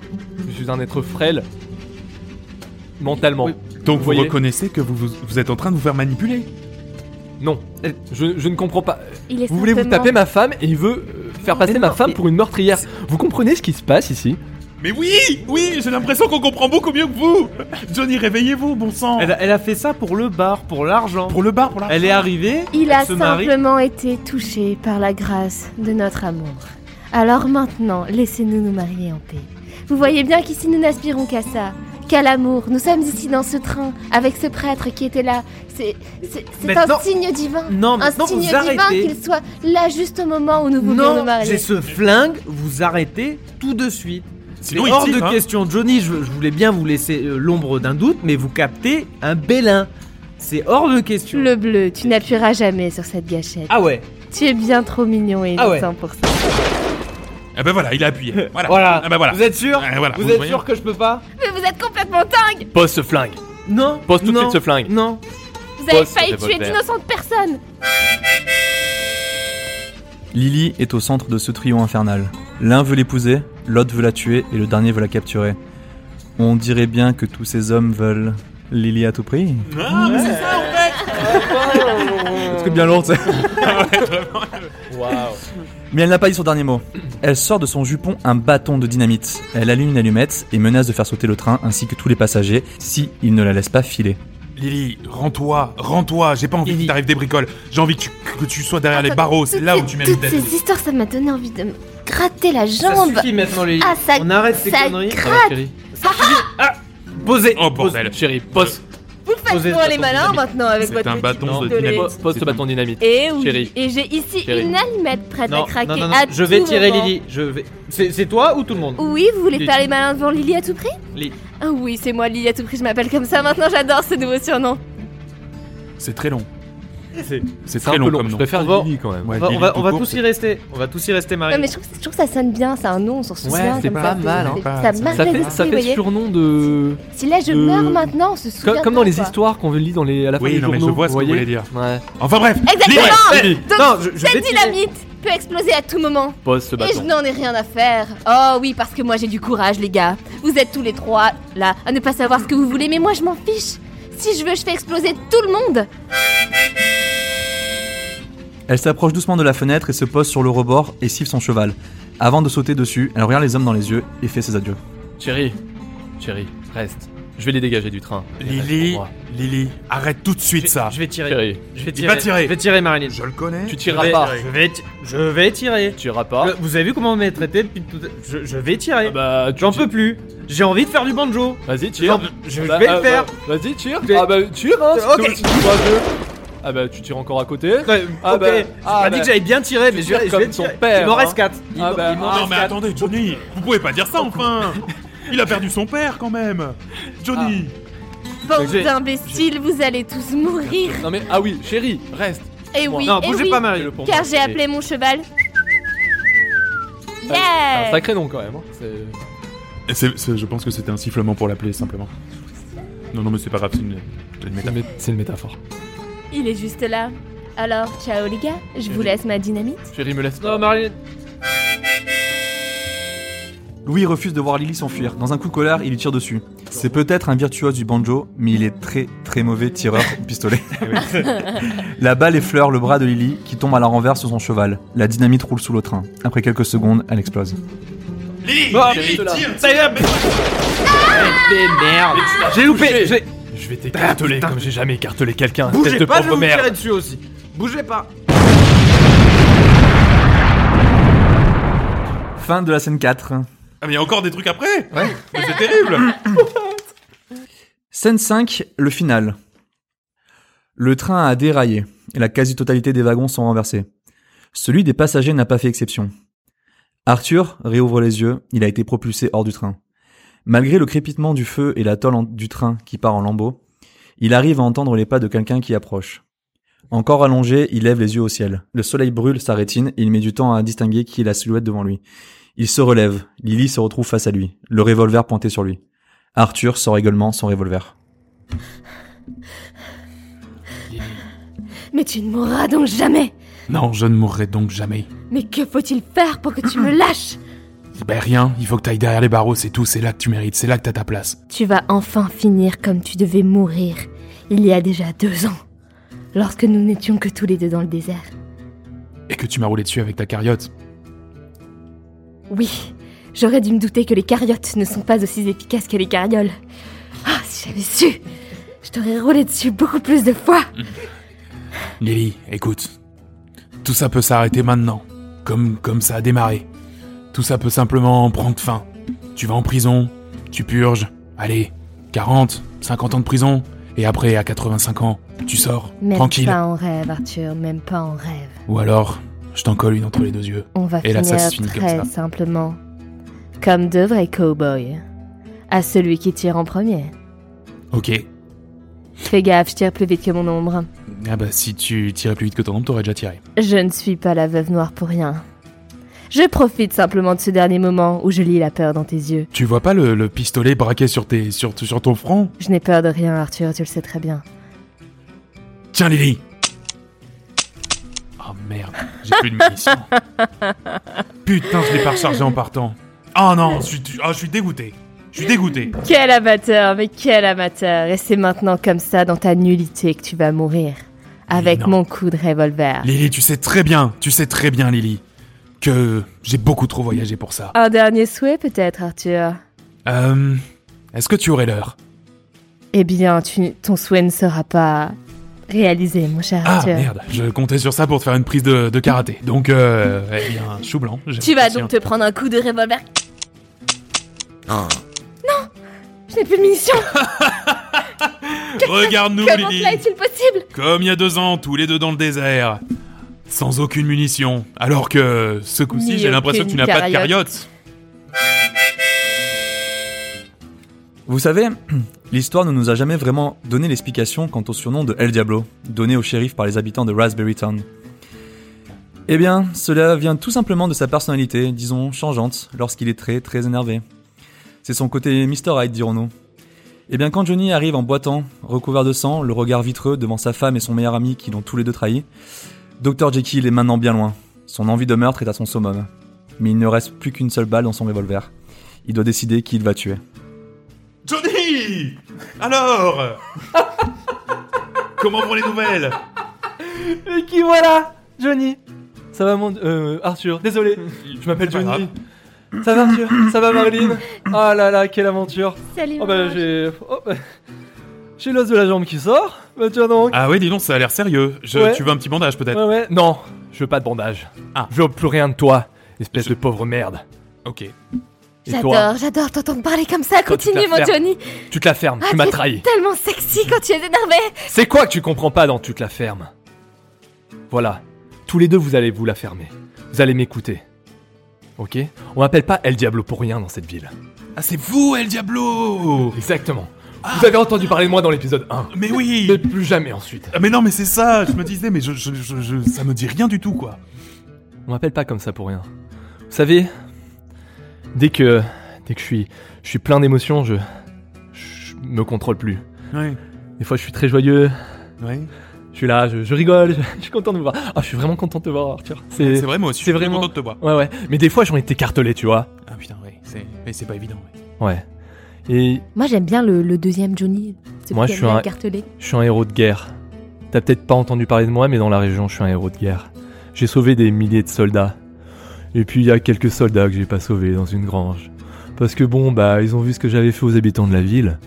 S4: Je suis un être frêle, mentalement.
S6: Oui.
S3: Donc
S4: Vous voyez
S3: reconnaissez que vous, vous, vous êtes en train de vous faire manipuler
S4: Non,
S3: Euh.
S4: je, je ne comprends pas.
S5: Il est
S4: Vous voulez vous
S5: simplement-
S4: taper ma femme et il veut euh, faire passer
S6: mais
S4: ma
S6: non,
S4: femme
S6: mais-
S4: pour une meurtrière. Vous comprenez ce qui se passe ici
S3: Mais oui Oui J'ai l'impression qu'on comprend beaucoup mieux que vous Johnny, réveillez-vous, bon sang
S6: Elle, a- elle a fait ça pour le bar, pour l'argent.
S3: Pour le bar, pour la...
S6: Elle est arrivée.
S5: Il
S6: elle
S5: a
S6: se marie.
S5: simplement été touché par la grâce de notre amour. Alors maintenant, laissez-nous nous marier en paix. Vous voyez bien qu'ici nous n'aspirons qu'à ça, qu'à l'amour. Nous sommes ici dans ce train, avec ce prêtre qui était là. C'est c'est- c'est
S6: Maintenant-
S5: un signe divin.
S6: Non,
S5: Un
S6: maintenant
S5: signe
S6: vous
S5: divin
S6: arrêtez.
S5: qu'il soit là juste au moment où nous voulions nous
S6: Non, j'ai
S5: marier.
S6: ce flingue, vous arrêtez tout de suite. C'est
S3: Sinon, il
S6: hors
S3: tire,
S6: de
S3: hein.
S6: question, Johnny, je, je voulais bien vous laisser euh, l'ombre d'un doute, mais vous captez un bélin. C'est hors de question.
S5: Le bleu, tu n'appuieras jamais sur cette gâchette.
S6: Ah ouais,
S5: Tu es bien trop mignon et
S6: Ah ouais.
S5: innocent pour ça.
S3: Ah bah voilà, il a appuyé. Voilà.
S6: voilà.
S3: Ah bah voilà.
S6: Vous êtes sûr
S3: Ah, voilà.
S6: Vous,
S3: Vous
S6: êtes
S3: voyez
S6: sûr que je peux pas
S5: Mais vous êtes complètement dingue
S4: Pose ce flingue.
S6: Non.
S4: Pose tout de
S6: non,
S4: suite ce flingue.
S6: Non.
S5: Vous avez
S4: Pose sur
S5: failli
S4: tes
S5: tuer
S4: voleurs.
S5: d'innocentes personnes
S2: Lily est au centre de ce trio infernal. L'un veut l'épouser, l'autre veut la tuer et le dernier veut la capturer. On dirait bien que tous ces hommes veulent Lily à tout prix.
S3: Ah, mais c'est ça, en fait
S2: Un truc bien lourd, tu sais.
S4: Waouh.
S2: Mais elle n'a pas dit son dernier mot. Elle sort de son jupon un bâton de dynamite. Elle allume une allumette et menace de faire sauter le train ainsi que tous les passagers si ils ne la laissent pas filer.
S3: Lily, rends-toi, rends-toi. J'ai pas envie
S6: Lily.
S3: que t'arrives des bricoles. J'ai envie que tu, que tu sois derrière les
S5: Attends,
S3: barreaux. C'est
S5: Toutes
S3: là où
S5: ces-
S3: tu mérites
S5: Toutes
S3: d'être.
S5: ces histoires, ça m'a donné envie de me gratter la
S6: Ça
S5: jambe.
S6: suffit maintenant, les.
S5: Ah, ça-
S6: On arrête ces
S5: ça
S6: conneries.
S4: Ça va, chérie
S6: Posez.
S3: Oh
S6: posez.
S3: bordel.
S4: Chérie, pose,
S5: Vous faites
S6: Posez
S5: pour
S6: le
S5: les
S6: bâton
S5: malins
S6: dynamite.
S5: maintenant avec
S3: C'est
S5: votre
S3: un
S5: petite
S3: bâton de
S5: pistolet.
S3: dynamite.
S4: pose, pose ce bâton dynamite.
S5: Et oui,
S4: Chérie.
S5: et j'ai ici
S4: Chérie.
S5: une allumette prête
S6: Non,
S5: à craquer
S6: non, non, non,
S5: à
S6: je vais
S5: tout
S6: tirer
S5: moment.
S6: Lily. Je vais. C'est c'est toi ou tout le monde
S5: Oui, vous voulez
S6: Lily.
S5: faire les malins devant Lily à tout prix
S6: Lily.
S5: Ah oui, c'est moi Lily à tout prix, je m'appelle comme ça maintenant, j'adore ce nouveau surnom.
S3: C'est très long.
S6: C'est-
S3: C'est
S4: C'est
S3: très
S4: un peu
S3: long
S4: long,
S3: comme
S4: Je
S3: nom.
S4: préfère
S6: Bon.
S4: Lily quand même.
S3: Ouais,
S6: On va,
S3: Lily
S6: on va-
S3: tout
S6: on va
S3: court,
S6: tous y rester. On va tous y rester, Marie.
S5: Ouais, mais je trouve, je trouve que ça sonne bien, c'est un nom, on s'en souvient.
S4: Ouais, c'est
S5: comme
S4: pas
S5: ça,
S4: mal,
S5: c'est-
S3: hein.
S5: Ça
S3: Ça
S5: marque
S4: Ça
S5: les
S4: fait,
S5: esprits,
S4: ça
S5: vous
S4: fait
S5: voyez.
S4: surnom de.
S5: Si là je
S4: de-
S5: meurs maintenant, on se souvient.
S4: Comme,
S5: de
S4: comme dans
S5: toi,
S4: les
S5: quoi.
S4: histoires qu'on lit dans les, à la fin
S3: Oui,
S4: des
S3: non, mais je
S4: journaux,
S3: vois ce que vous
S4: voyez.
S3: voulez dire.
S4: Ouais.
S3: Enfin bref.
S5: Exactement
S6: Lily.
S5: Donc,
S6: Non, je, je vais
S5: Cette
S6: tirer.
S5: dynamite peut exploser à tout moment.
S4: Pose ce
S5: Et je
S4: bâton.
S5: n'en ai rien à faire. Oh oui, parce que moi j'ai du courage, les gars. Vous êtes tous les trois là à ne pas savoir ce que vous voulez, mais moi je m'en fiche. Si je veux, je fais exploser tout le monde.
S2: Elle s'approche doucement de la fenêtre et se pose sur le rebord et siffle son cheval. Avant de sauter dessus, elle regarde les hommes dans les yeux et fait ses adieux.
S4: Chérie, chérie, reste. Je vais les dégager du train.
S3: Lily, Lily, arrête tout de suite ça.
S6: Je vais tirer.
S4: Chérie,
S6: Je vais
S3: Il va
S6: tirer.
S3: tirer.
S6: Je vais tirer, Marilyn.
S3: Je le connais.
S4: tu
S6: Je
S4: tireras
S6: vais-
S4: pas.
S6: Je vais, ti- je vais tirer.
S4: Tu tireras pas.
S6: Euh, Vous avez vu comment on m'est traité depuis tout à- Je, je vais tirer.
S4: Ah Bah, tu
S6: J'en
S4: ti-
S6: peux plus. J'ai envie de faire du banjo.
S4: Vas-y, tire.
S6: J'en- Je, je
S4: Bah,
S6: vais
S4: euh,
S6: le faire.
S4: bah, Vas-y, tire.
S6: Je vais-
S4: Ah bah, tire, hein.
S6: Ok.
S4: c'est tout, si tu vois deux. Ah bah, tu tires encore à côté.
S6: Ouais,
S4: Ah
S6: ok.
S4: bah,
S6: J'ai
S4: ah
S6: pas
S4: bah.
S6: dit que j'allais bien tirer, mais je,
S4: tires
S6: vais- je
S4: comme
S6: vais
S4: ton
S6: tirer.
S4: père,
S6: Il m'en
S4: hein.
S6: reste 4. Il
S4: Ah
S6: m'en-
S4: bah,
S6: il m'en
S4: ah.
S6: reste
S3: Non mais
S6: quatre.
S3: attendez, Johnny, vous pouvez pas dire ça enfin. Il a perdu son père quand même. Johnny.
S5: Bande
S6: J'ai-
S5: d'imbéciles, vous allez tous mourir.
S4: Non mais, ah oui, chérie, reste.
S5: Et oui,
S6: Non,
S5: et
S6: bougez
S5: oui,
S6: pas, Ah, Euh, Marie.
S4: Pour moi,
S5: car j'ai
S4: chérie.
S5: appelé mon cheval.
S4: Ah oui, c'est Un
S5: Yeah
S4: sacré nom quand même. hein. C'est-
S3: Et c'est- c'est- je pense que c'était un sifflement pour l'appeler simplement. Non non mais c'est pas grave, c'est une, c'est une
S4: C'est
S3: métaphore.
S4: une mé- C'est une métaphore.
S5: Il est juste là. Alors, ciao les gars, je vous laisse ma dynamite.
S4: Chérie, me laisse pas.
S6: Non, Marilyn.
S2: Louis refuse de voir Lily s'enfuir. Dans un coup de colère, il lui tire dessus. C'est peut-être un virtuose du banjo, mais il est très très mauvais tireur au pistolet. la balle effleure le bras de Lily qui tombe à la renverse sur son cheval. La dynamite roule sous le train. Après quelques secondes, elle explose.
S3: Lily,
S6: Bon,
S3: Lily,
S4: reste là.
S3: tire,
S6: Ça y est, mais- Eh, merde. J'ai loupé. j'ai-
S4: Je vais t'écarteler comme j'ai jamais écartelé quelqu'un. Tête de
S6: Bougez pas, je vais
S4: propre
S6: vous
S4: merde.
S6: tirer dessus aussi. Bougez pas.
S2: Fin de la scène 4.
S3: Ah mais il y a encore des trucs après Mais C'est terrible
S2: Scène 5, le final. Le train a déraillé et la quasi-totalité des wagons sont renversés. Celui des passagers n'a pas fait exception. Arthur réouvre les yeux, il a été propulsé hors du train. Malgré le crépitement du feu et la tôle en- du train qui part en lambeaux, il arrive à entendre les pas de quelqu'un qui approche. Encore allongé, il lève les yeux au ciel. Le soleil brûle sa rétine et il met du temps à distinguer qui est la silhouette devant lui. Il se relève, Lily se retrouve face à lui, le revolver pointé sur lui. Arthur sort également son revolver.
S5: Mais tu ne mourras donc jamais.
S3: Non, je ne mourrai donc jamais.
S5: Mais que faut-il faire pour que tu me lâches
S3: Ben rien, il faut que t'ailles derrière les barreaux, c'est tout, c'est là que tu mérites, c'est là que t'as ta place.
S5: Tu vas enfin finir comme tu devais mourir il y a déjà deux ans, lorsque nous n'étions que tous les deux dans le désert.
S3: Et que tu m'as roulé dessus avec ta cariote.
S5: Oui, j'aurais dû me douter que les cariotes ne sont pas aussi efficaces que les carrioles. Ah, si j'avais su, je t'aurais roulé dessus beaucoup plus de fois.
S3: Lily, écoute. Tout ça peut s'arrêter maintenant, comme, comme ça a démarré. Tout ça peut simplement prendre fin. Tu vas en prison, tu purges, allez, 40, 50 ans de prison, et après, à 85 ans, tu sors,
S5: Même
S3: tranquille.
S5: pas en rêve, Arthur, même pas en rêve.
S3: Ou alors, je t'en colle une entre les deux yeux.
S5: On va
S3: Et là,
S5: finir
S3: ça se finit comme
S5: très
S3: ça.
S5: simplement. Comme de vrais cow-boys. À celui qui tire en premier.
S3: Ok.
S5: Fais gaffe, je tire plus vite que mon ombre.
S3: Ah bah, si tu tirais plus vite que ton ombre, t'aurais déjà tiré.
S5: Je ne suis pas la veuve noire pour rien. Je profite simplement de ce dernier moment où je lis la peur dans tes yeux.
S3: Tu vois pas le, le pistolet braqué sur, tes, sur, sur ton front
S5: Je n'ai peur de rien, Arthur, tu le sais très bien.
S3: Tiens, Lily Oh merde, j'ai plus de munitions. Putain, je l'ai pas rechargé en partant. Oh non, je suis, oh, je suis dégoûté. Je suis dégoûté.
S5: Quel amateur, mais quel amateur Et c'est maintenant comme ça, dans ta nullité, que tu vas mourir. Avec
S3: non.
S5: mon coup de revolver.
S3: Lily, tu sais très bien, tu sais très bien, Lily, que j'ai beaucoup trop voyagé pour ça.
S5: Un dernier souhait peut-être, Arthur
S3: Euh, est-ce que tu aurais l'heure
S5: Eh bien, tu- ton souhait ne sera pas réalisé, mon cher
S3: Ah
S5: Arthur.
S3: merde, je comptais sur ça pour te faire une prise de, de karaté. Donc, euh, eh bien, chou blanc. j'ai
S5: Tu vas
S3: réussi, hein.
S5: donc te prendre un coup de revolver. Non Je n'ai plus de munitions
S3: Regarde-nous,
S5: Comment
S3: Lily.
S5: cela est-il possible
S3: Comme il y a deux ans, tous les deux dans le désert. Sans aucune munition. Alors que ce coup-ci,
S5: Ni
S3: j'ai l'impression que tu n'as
S5: aucune
S3: pas de cariote.
S2: Vous savez, l'histoire ne nous a jamais vraiment donné l'explication quant au surnom de El Diablo, donné au shérif par les habitants de Raspberry Town. Eh bien, cela vient tout simplement de sa personnalité, disons changeante, lorsqu'il est très très énervé. C'est son côté Mr. Hyde, dirons-nous. Eh bien, quand Johnny arrive en boitant, recouvert de sang, le regard vitreux devant sa femme et son meilleur ami qui l'ont tous les deux trahi, Dr. Jekyll est maintenant bien loin. Son envie de meurtre est à son summum. Mais il ne reste plus qu'une seule balle dans son revolver. Il doit décider qui il va tuer.
S3: Johnny Alors Comment vont les nouvelles
S4: Et qui voilà Johnny Ça va mon... Euh, Arthur, désolé, je m'appelle
S3: C'est pas
S4: Johnny. Ça va Arthur Ça va Marilyn Ah là là, quelle aventure
S5: Salut
S4: Oh bah j'ai... oh, bah, J'ai l'os de la jambe qui sort Bah tiens donc
S3: Ah ouais, dis donc, ça a l'air sérieux. Je-
S4: Ouais.
S3: Tu veux un petit bandage peut-être
S4: Ouais ouais, non, je veux pas de bandage.
S3: Ah.
S4: Je veux plus rien de toi, espèce
S3: Je-
S4: de pauvre merde.
S3: Ok.
S4: Et toi,
S5: J'adore, j'adore t'entendre parler comme ça.
S4: Quand tu
S5: Continue, mon
S4: t'affaires-
S5: Johnny.
S4: tu te la fermes,
S5: Ah,
S4: tu m'as
S5: t'es
S4: trahi.
S5: Tellement sexy quand tu es énervé.
S4: C'est quoi que tu comprends pas dans toute la ferme Voilà, tous les deux vous allez vous la fermer. Vous allez m'écouter. Ok On m'appelle pas El Diablo pour rien dans cette ville.
S3: Ah, c'est vous, El Diablo Ah.
S4: Exactement. Vous avez entendu parler de moi dans l'épisode 1.
S3: Mais
S4: Mais
S3: oui
S4: plus jamais ensuite.
S3: Ah, Mais non, mais c'est ça Je me disais, mais je, je- je- je- ça me dit rien du tout, quoi.
S4: On m'appelle pas comme ça pour rien. Vous savez, dès que dès que je suis je suis plein d'émotions, je je me contrôle plus.
S3: Ouais,
S4: Des fois, je suis très joyeux.
S3: ouais.
S4: Je suis là, je, je rigole. Je, je suis content de vous voir. Ah, je suis vraiment content de te voir, Arthur. C'est
S3: C'est vrai, moi aussi.
S4: c'est
S3: je suis
S4: vraiment-
S3: content de te voir.
S4: ouais ouais. Mais des fois, j'en été cartelé, tu vois.
S3: Ah putain, ouais. C'est mais c'est pas évident. ouais.
S4: Ouais. Et
S5: Moi, j'aime bien le, le deuxième Johnny. celui
S4: Moi,
S5: qui
S4: je suis
S5: aime bien
S4: un-
S5: carteler.
S4: Je suis un héros de guerre. T'as peut-être pas entendu parler de moi, mais dans la région, je suis un héros de guerre. J'ai sauvé des milliers de soldats. Et puis il y a quelques soldats que j'ai pas sauvés dans une grange. Parce que bon, bah, ils ont vu ce que j'avais fait aux habitants de la ville.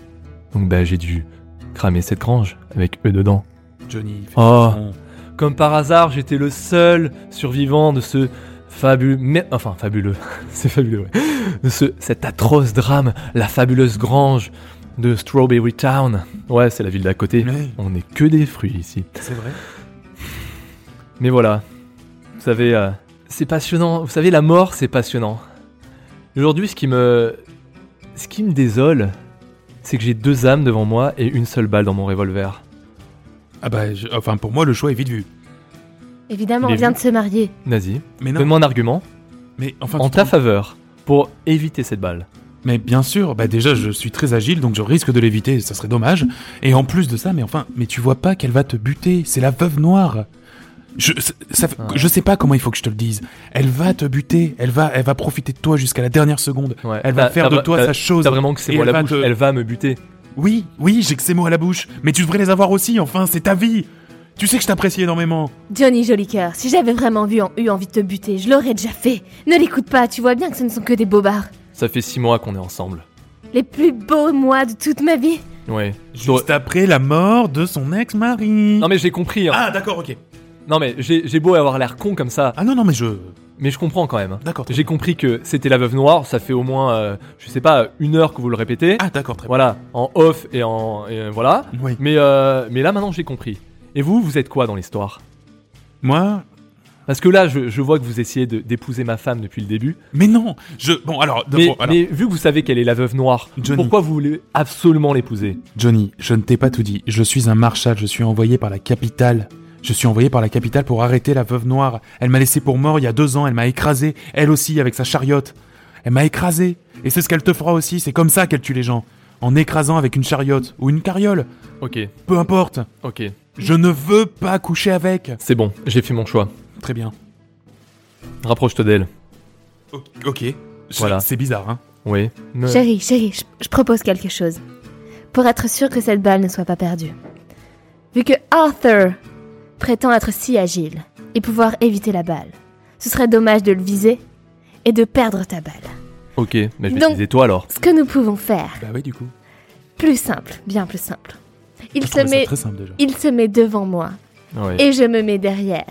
S4: Donc bah, j'ai dû cramer cette grange avec eux dedans.
S3: Johnny. fais
S4: Oh.
S3: attention.
S4: Comme par hasard, j'étais le seul survivant de ce fabuleux, mais enfin fabuleux, c'est fabuleux, ouais. De ce, cet atroce drame, la fabuleuse grange de Strawberry Town. Ouais, c'est la ville d'à côté.
S3: Ouais,
S4: On n'est que des fruits ici.
S3: c'est vrai.
S4: Mais voilà, vous savez, euh, c'est passionnant. Vous savez, la mort, c'est passionnant. Aujourd'hui, ce qui me, ce qui me désole, c'est que j'ai deux âmes devant moi et une seule balle dans mon revolver.
S3: Ah bah, je- enfin, pour moi, le choix est vite vu.
S5: Évidemment,
S4: Il
S5: on
S4: est
S5: vient
S4: vu.
S5: de se marier.
S4: Nazi,
S3: Mais non,
S4: donne-moi un argument
S3: mais enfin,
S4: en
S3: tu te
S4: ta faveur pour éviter cette balle.
S3: Mais bien sûr, bah déjà je suis très agile donc je risque de l'éviter, ça serait dommage. Et en plus de ça, mais enfin, mais tu vois pas qu'elle va te buter, c'est la veuve noire. Je, ça- ça-
S4: Ah.
S3: je sais pas comment il faut que je te le dise. Elle va te buter, elle va, elle va profiter de toi jusqu'à la dernière seconde.
S4: Ouais.
S3: Elle va
S4: Bah, T'as-
S3: faire de
S4: t'as-
S3: toi
S4: t'as-
S3: sa chose.
S4: T'as vraiment que c'est
S3: Et
S4: moi
S3: elle
S4: la
S3: va
S4: bouche.
S3: te-
S4: Elle va me buter.
S3: Oui, oui, j'ai que ces mots à la bouche. Mais tu devrais les avoir aussi, enfin, c'est ta vie. Tu sais que je t'apprécie énormément.
S5: Johnny Jolicoeur, si j'avais vraiment vu en- eu envie de te buter, je l'aurais déjà fait. Ne l'écoute pas, tu vois bien que ce ne sont que des bobards.
S4: Ça fait six mois qu'on est ensemble.
S5: Les plus beaux mois de toute ma vie.
S4: Ouais. Je dois-
S3: Juste après la mort de son ex-mari.
S4: Non mais j'ai compris. hein.
S3: Ah d'accord, ok.
S4: Non mais j'ai j'ai beau avoir l'air con comme ça,
S3: Ah non, non, mais je.
S4: mais je comprends quand même. hein.
S3: D'accord. très
S4: J'ai compris que c'était la veuve noire, ça fait au moins, euh, je sais pas, une heure que vous le
S3: bien.
S4: répétez.
S3: Ah, d'accord, très bien.
S4: Voilà, en off et en... et, euh, voilà.
S3: Oui.
S4: Mais, euh, mais là maintenant j'ai compris. Et vous, vous êtes quoi dans l'histoire
S3: Moi,
S4: Parce que là, je, je vois que vous essayez de- d'épouser ma femme depuis le début.
S3: mais non. Je. Bon, alors,
S4: Mais,
S3: bon, alors,
S4: mais vu que vous savez qu'elle est la veuve noire,
S3: Johnny.
S4: pourquoi vous voulez absolument l'épouser
S3: Johnny, je ne t'ai pas tout dit. Je suis un marshal. Je suis envoyé par la capitale. Je suis envoyé par la capitale pour arrêter la veuve noire. Elle m'a laissé pour mort il y a deux ans. Elle m'a écrasé. Elle aussi avec sa chariote. Elle m'a écrasé. Et c'est ce qu'elle te fera aussi. C'est comme ça qu'elle tue les gens. En écrasant avec une chariote ou une carriole.
S4: Ok,
S3: Peu importe.
S4: ok,
S3: Je ne veux pas coucher avec.
S4: c'est bon, j'ai fait mon choix.
S3: Très bien.
S4: Rapproche-toi d'elle.
S3: Ok.
S4: Voilà.
S3: C'est bizarre, hein.
S4: Oui. Ne-
S5: Chérie, chérie, je, je propose quelque chose. Pour être sûr que cette balle ne soit pas perdue. Vu que Arthur prétend être si agile et pouvoir éviter la balle, ce serait dommage de le viser et de perdre ta balle.
S4: Ok, mais je vais
S5: Donc-
S4: utiliser toi alors.
S5: Ce que nous pouvons faire,
S3: Bah oui, du coup.
S5: plus simple, bien plus simple. Il
S3: Je
S5: se
S3: trouvais ça
S5: met,
S3: très simple déjà.
S5: il se met devant moi
S4: Ouais.
S5: et je me mets derrière.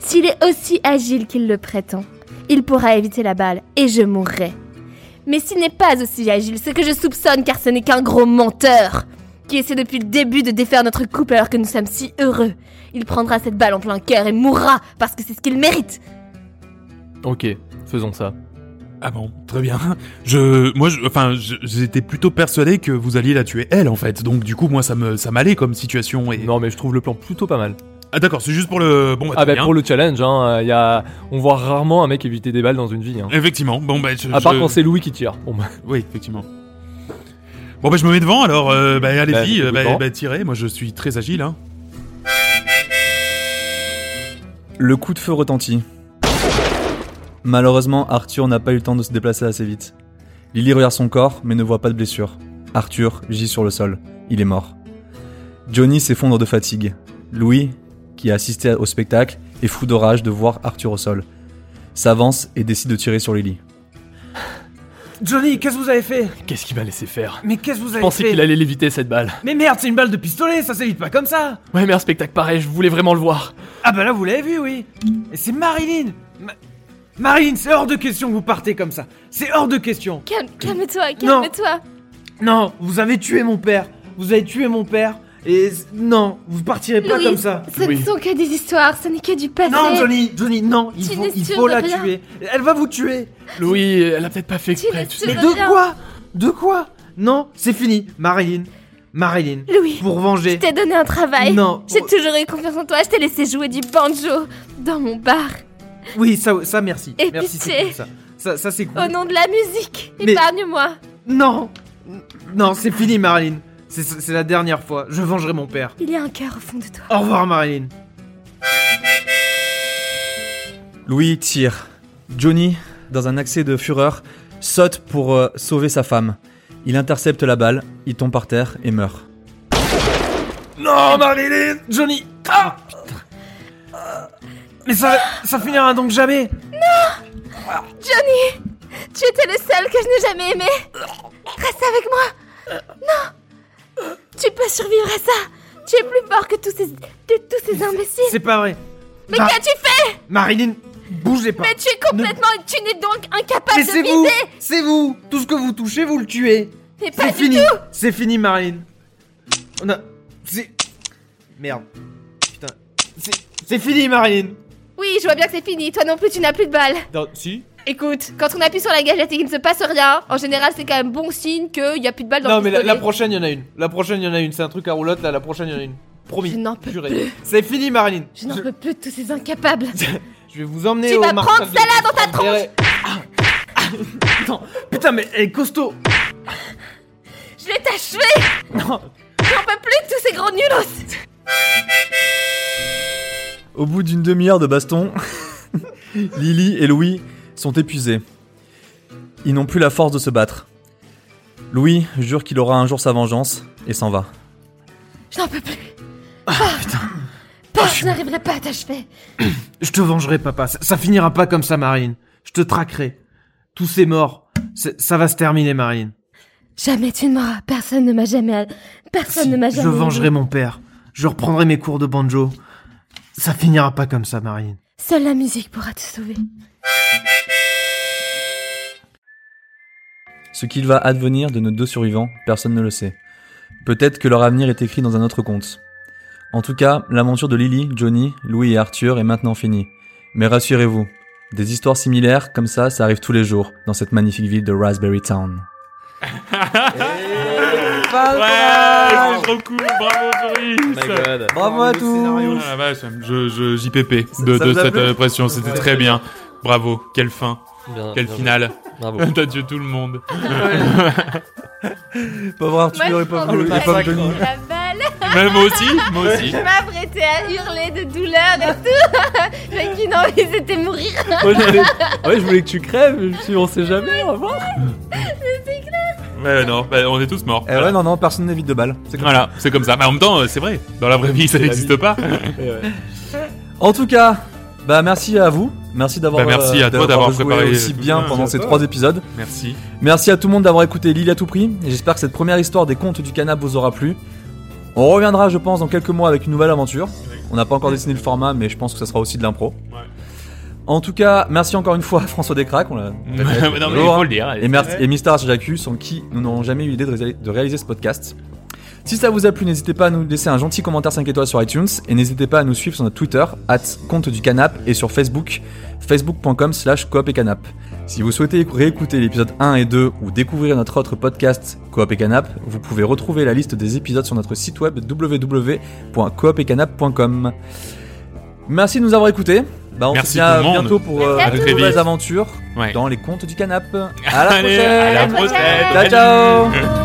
S5: S'il est aussi agile qu'il le prétend, il pourra éviter la balle et je mourrai. Mais s'il n'est pas aussi agile, ce que je soupçonne car ce n'est qu'un gros menteur qui essaie depuis le début de défaire notre couple alors que nous sommes si heureux, il prendra cette balle en plein cœur et mourra parce que c'est ce qu'il mérite.
S4: Ok, faisons ça.
S3: Ah bon, très bien. Je, moi, je- enfin, je- j'étais plutôt persuadé que vous alliez la tuer elle en fait. Donc du coup, moi, ça me, ça m'allait comme situation. Et...
S4: Non mais je trouve le plan plutôt pas mal.
S3: Ah d'accord, c'est juste pour le, bon, bah,
S4: Ah
S3: très
S4: bah
S3: bien.
S4: pour le challenge, hein, euh, y a... on voit rarement un mec éviter des balles dans une vie. Hein.
S3: Effectivement. Bon bah, je,
S4: À part
S3: je-
S4: quand c'est Louis qui tire. Bon, bah,
S3: oui, effectivement. Bon bah, je me mets devant. Alors, euh, bah, allez-y,
S4: Bah,
S3: euh, bah,
S4: devant.
S3: bah, tirez. Moi, je suis très agile. Hein.
S2: Le coup de feu retentit. Malheureusement, Arthur n'a pas eu le temps de se déplacer assez vite. Lily regarde son corps, mais ne voit pas de blessure. Arthur gît sur le sol. Il est mort. Johnny s'effondre de fatigue. Louis, qui a assisté au spectacle, est fou de rage de voir Arthur au sol. S'avance et décide de tirer sur Lily.
S6: Johnny, qu'est-ce que vous avez fait
S4: qu'est-ce qu'il m'a laissé faire
S6: Mais qu'est-ce que vous
S4: Je
S6: avez
S4: pensais
S6: fait
S4: qu'il allait l'éviter cette balle.
S6: Mais merde, c'est une balle de pistolet, ça s'évite pas comme ça
S4: Ouais mais un spectacle pareil, je voulais vraiment le voir.
S6: Ah bah là, vous l'avez vu, oui Et c'est Marilyn Ma- Marilyn, c'est hors de question que vous partez comme ça C'est hors de question
S5: Calme, calme-toi,
S6: Non.
S5: calme-toi.
S6: Non, vous avez tué mon père Vous avez tué mon père Et c- non, vous partirez pas
S5: Louis,
S6: comme ça
S5: ce ne sont que des histoires, ce n'est que du passé.
S6: Non, Johnny, Johnny, non, il
S5: Tu
S6: faut,
S5: ne
S6: il
S5: tueras
S6: faut la
S5: rien.
S6: tuer Elle va vous tuer
S4: Louis, elle a peut-être pas fait
S5: Tu
S4: exprès.
S5: le
S4: tu
S5: sais.
S6: Mais
S5: veux
S6: de
S5: bien.
S6: quoi De quoi Non, c'est fini, Marilyn Marilyn,
S5: Louis,
S6: pour venger
S5: je t'ai donné un travail.
S6: Non.
S5: J'ai toujours eu confiance en toi, je t'ai laissé jouer du banjo dans mon bar.
S6: Oui, ça, ça merci
S5: Et Oh
S6: Merci, c'est
S5: pitié.
S6: cool, ça Ça, ça c'est cool
S5: Au nom de la musique,
S6: Mais-
S5: épargne-moi.
S6: Non Non, c'est fini, Marilyn. C'est- C'est c'est la dernière fois. Je vengerai mon père.
S5: Il y a un cœur au fond de toi.
S6: Au revoir, Marilyn.
S2: Louis tire. Johnny, dans un accès de fureur, saute pour euh, sauver sa femme. Il intercepte la balle, il tombe par terre et meurt.
S6: Non, Marilyn Ah. Johnny Ah Mais ça, ça finira donc jamais
S5: Johnny, tu étais le seul que je n'ai jamais aimé. Reste avec moi. Non. Tu peux survivre à ça. Tu es plus fort que tous ces, de tous ces imbéciles.
S6: C'est pas vrai.
S5: Mais
S6: Mar-
S5: qu'as-tu fait
S6: Marilyn, bougez pas.
S5: Mais tu es complètement... Tu n'es donc incapable
S6: Mais
S5: de
S6: c'est vous
S5: viser.
S6: C'est vous Tout ce que vous touchez, vous le tuez.
S5: Mais pas
S6: C'est
S5: du
S6: fini
S5: tout.
S6: C'est fini, Marilyn. On a... C'est... Merde. Putain. C'est... C'est fini, Marilyn
S5: Oui, je vois bien que c'est fini. Toi non plus, tu n'as plus de balles.
S6: Non, si
S5: Écoute, quand on appuie sur la gâchette et qu'il ne se passe rien, en général, c'est quand même bon signe qu'il n'y a plus de balles dans
S6: Non,
S5: le
S6: mais la,
S5: pistolet.
S6: la prochaine, il y en a une. La prochaine, il y en a une. C'est un truc à roulotte, là. La prochaine, il y en a une. Promis.
S5: Je n'en peux
S6: Juré.
S5: plus.
S6: C'est fini, Marilyn.
S5: Je n'en peux plus de tous ces incapables.
S6: Je vais vous emmener
S5: Tu
S6: au
S5: vas
S6: marchand
S5: prendre
S6: de-
S5: ça là dans ta
S6: Vous
S5: tronche.
S6: verrez. Ah. Ah. Non, putain, mais elle est costaud.
S5: Je vais t'achever.
S6: Non.
S5: J'en peux plus de tous ces gros nulos.
S2: Au bout d'une demi-heure de baston, Lily et Louis sont épuisés. Ils n'ont plus la force de se battre. Louis jure qu'il aura un jour sa vengeance et s'en va.
S5: Je n'en peux plus.
S6: Ah,
S5: Pas, je n'arriverai pas à t'achever.
S6: Je te vengerai, papa. Ça, ça finira pas comme ça, Marilyn. Je te traquerai. Tous ces morts. c'est- Ça va se terminer, Marilyn.
S5: Jamais tu ne m'auras. Personne ne m'a jamais. Personne
S6: Si,
S5: ne m'a jamais.
S6: je vengerai mon père. Je reprendrai mes cours de banjo. Ça finira pas comme ça, Marine.
S5: Seule la musique pourra te sauver.
S2: Ce qu'il va advenir de nos deux survivants, personne ne le sait. Peut-être que leur avenir est écrit dans un autre conte. En tout cas, l'aventure de Lily, Johnny, Louis et Arthur est maintenant finie. Mais rassurez-vous, des histoires similaires comme ça, ça arrive tous les jours dans cette magnifique ville de Raspberry Town.
S3: Ouais, c'est trop cool, bravo
S4: Oh
S3: Joris
S6: Bravo à
S3: Ah
S6: tous
S3: la vache, je, je, JPP de,
S6: Ça- ça
S3: de
S6: vous a
S3: cette
S6: plu
S3: euh, pression, c'était très bien. Bravo, quelle fin,
S4: Bien-
S3: quelle
S4: bien
S3: finale.
S4: joué. Ah, Bravo.
S3: T'as tué tout le monde.
S2: Pauvre Arthur et pauvre Louis et pauvre Johnny.
S5: la balle.
S3: Mais moi aussi, moi aussi.
S5: Je m'apprêtais à hurler de douleur et tout. J'ai qu'une envie, c'était mourir.
S4: Moi, j'allais- Ah ouais, je voulais que tu crèves, je me suis dit, on sait jamais,
S6: Oh,
S4: on va voir.
S3: Mais non, bah, on est tous morts.
S2: Eh ouais, non, non, personne n'évite de balles. C'est comme
S3: Voilà, c'est comme ça. Mais en même temps, euh, c'est vrai. Dans la vraie vie, ça
S4: C'est la vie.
S3: n'existe pas.
S2: En tout cas, bah merci à vous. Merci d'avoir
S3: Bah, merci à toi d'avoir
S2: joué
S3: préparé
S2: aussi
S3: tout
S2: bien
S3: ça.
S2: pendant ces
S4: Ouais.
S2: trois épisodes.
S3: Merci.
S2: Merci à tout le monde d'avoir écouté Lille à tout prix. et J'espère que cette première histoire des contes du canap vous aura plu. On reviendra, je pense, dans quelques mois avec une nouvelle aventure. On n'a pas encore dessiné le format, mais je pense que ça sera aussi de l'impro.
S3: Ouais.
S2: En tout cas, merci encore une fois à François Descraques. On l'a-
S3: non, mais il faut le dire.
S2: et, merci, et Mister Jacu, sans qui nous n'aurons jamais eu l'idée de, réaliser- de réaliser ce podcast. Si ça vous a plu, n'hésitez pas à nous laisser un gentil commentaire 5 étoiles sur iTunes et n'hésitez pas à nous suivre sur notre Twitter, at compte du canap et sur Facebook, facebook.com slash coop et canap. Si vous souhaitez réécouter l'épisode 1 et 2 ou découvrir notre autre podcast Coop et Canap, vous pouvez retrouver la liste des épisodes sur notre site web www.coopetcanap.com. Merci de nous avoir écoutés. Bah, on
S3: Merci
S2: se dit à
S3: tout le monde.
S2: bientôt pour euh,
S5: Merci à
S2: de
S5: tous.
S2: nouvelles aventures
S3: Ouais.
S2: dans les contes du canap. À la
S3: Allez,
S2: prochaine.
S3: à la
S5: prochaine.
S3: prochaine.
S2: Ciao ciao.
S5: Oh.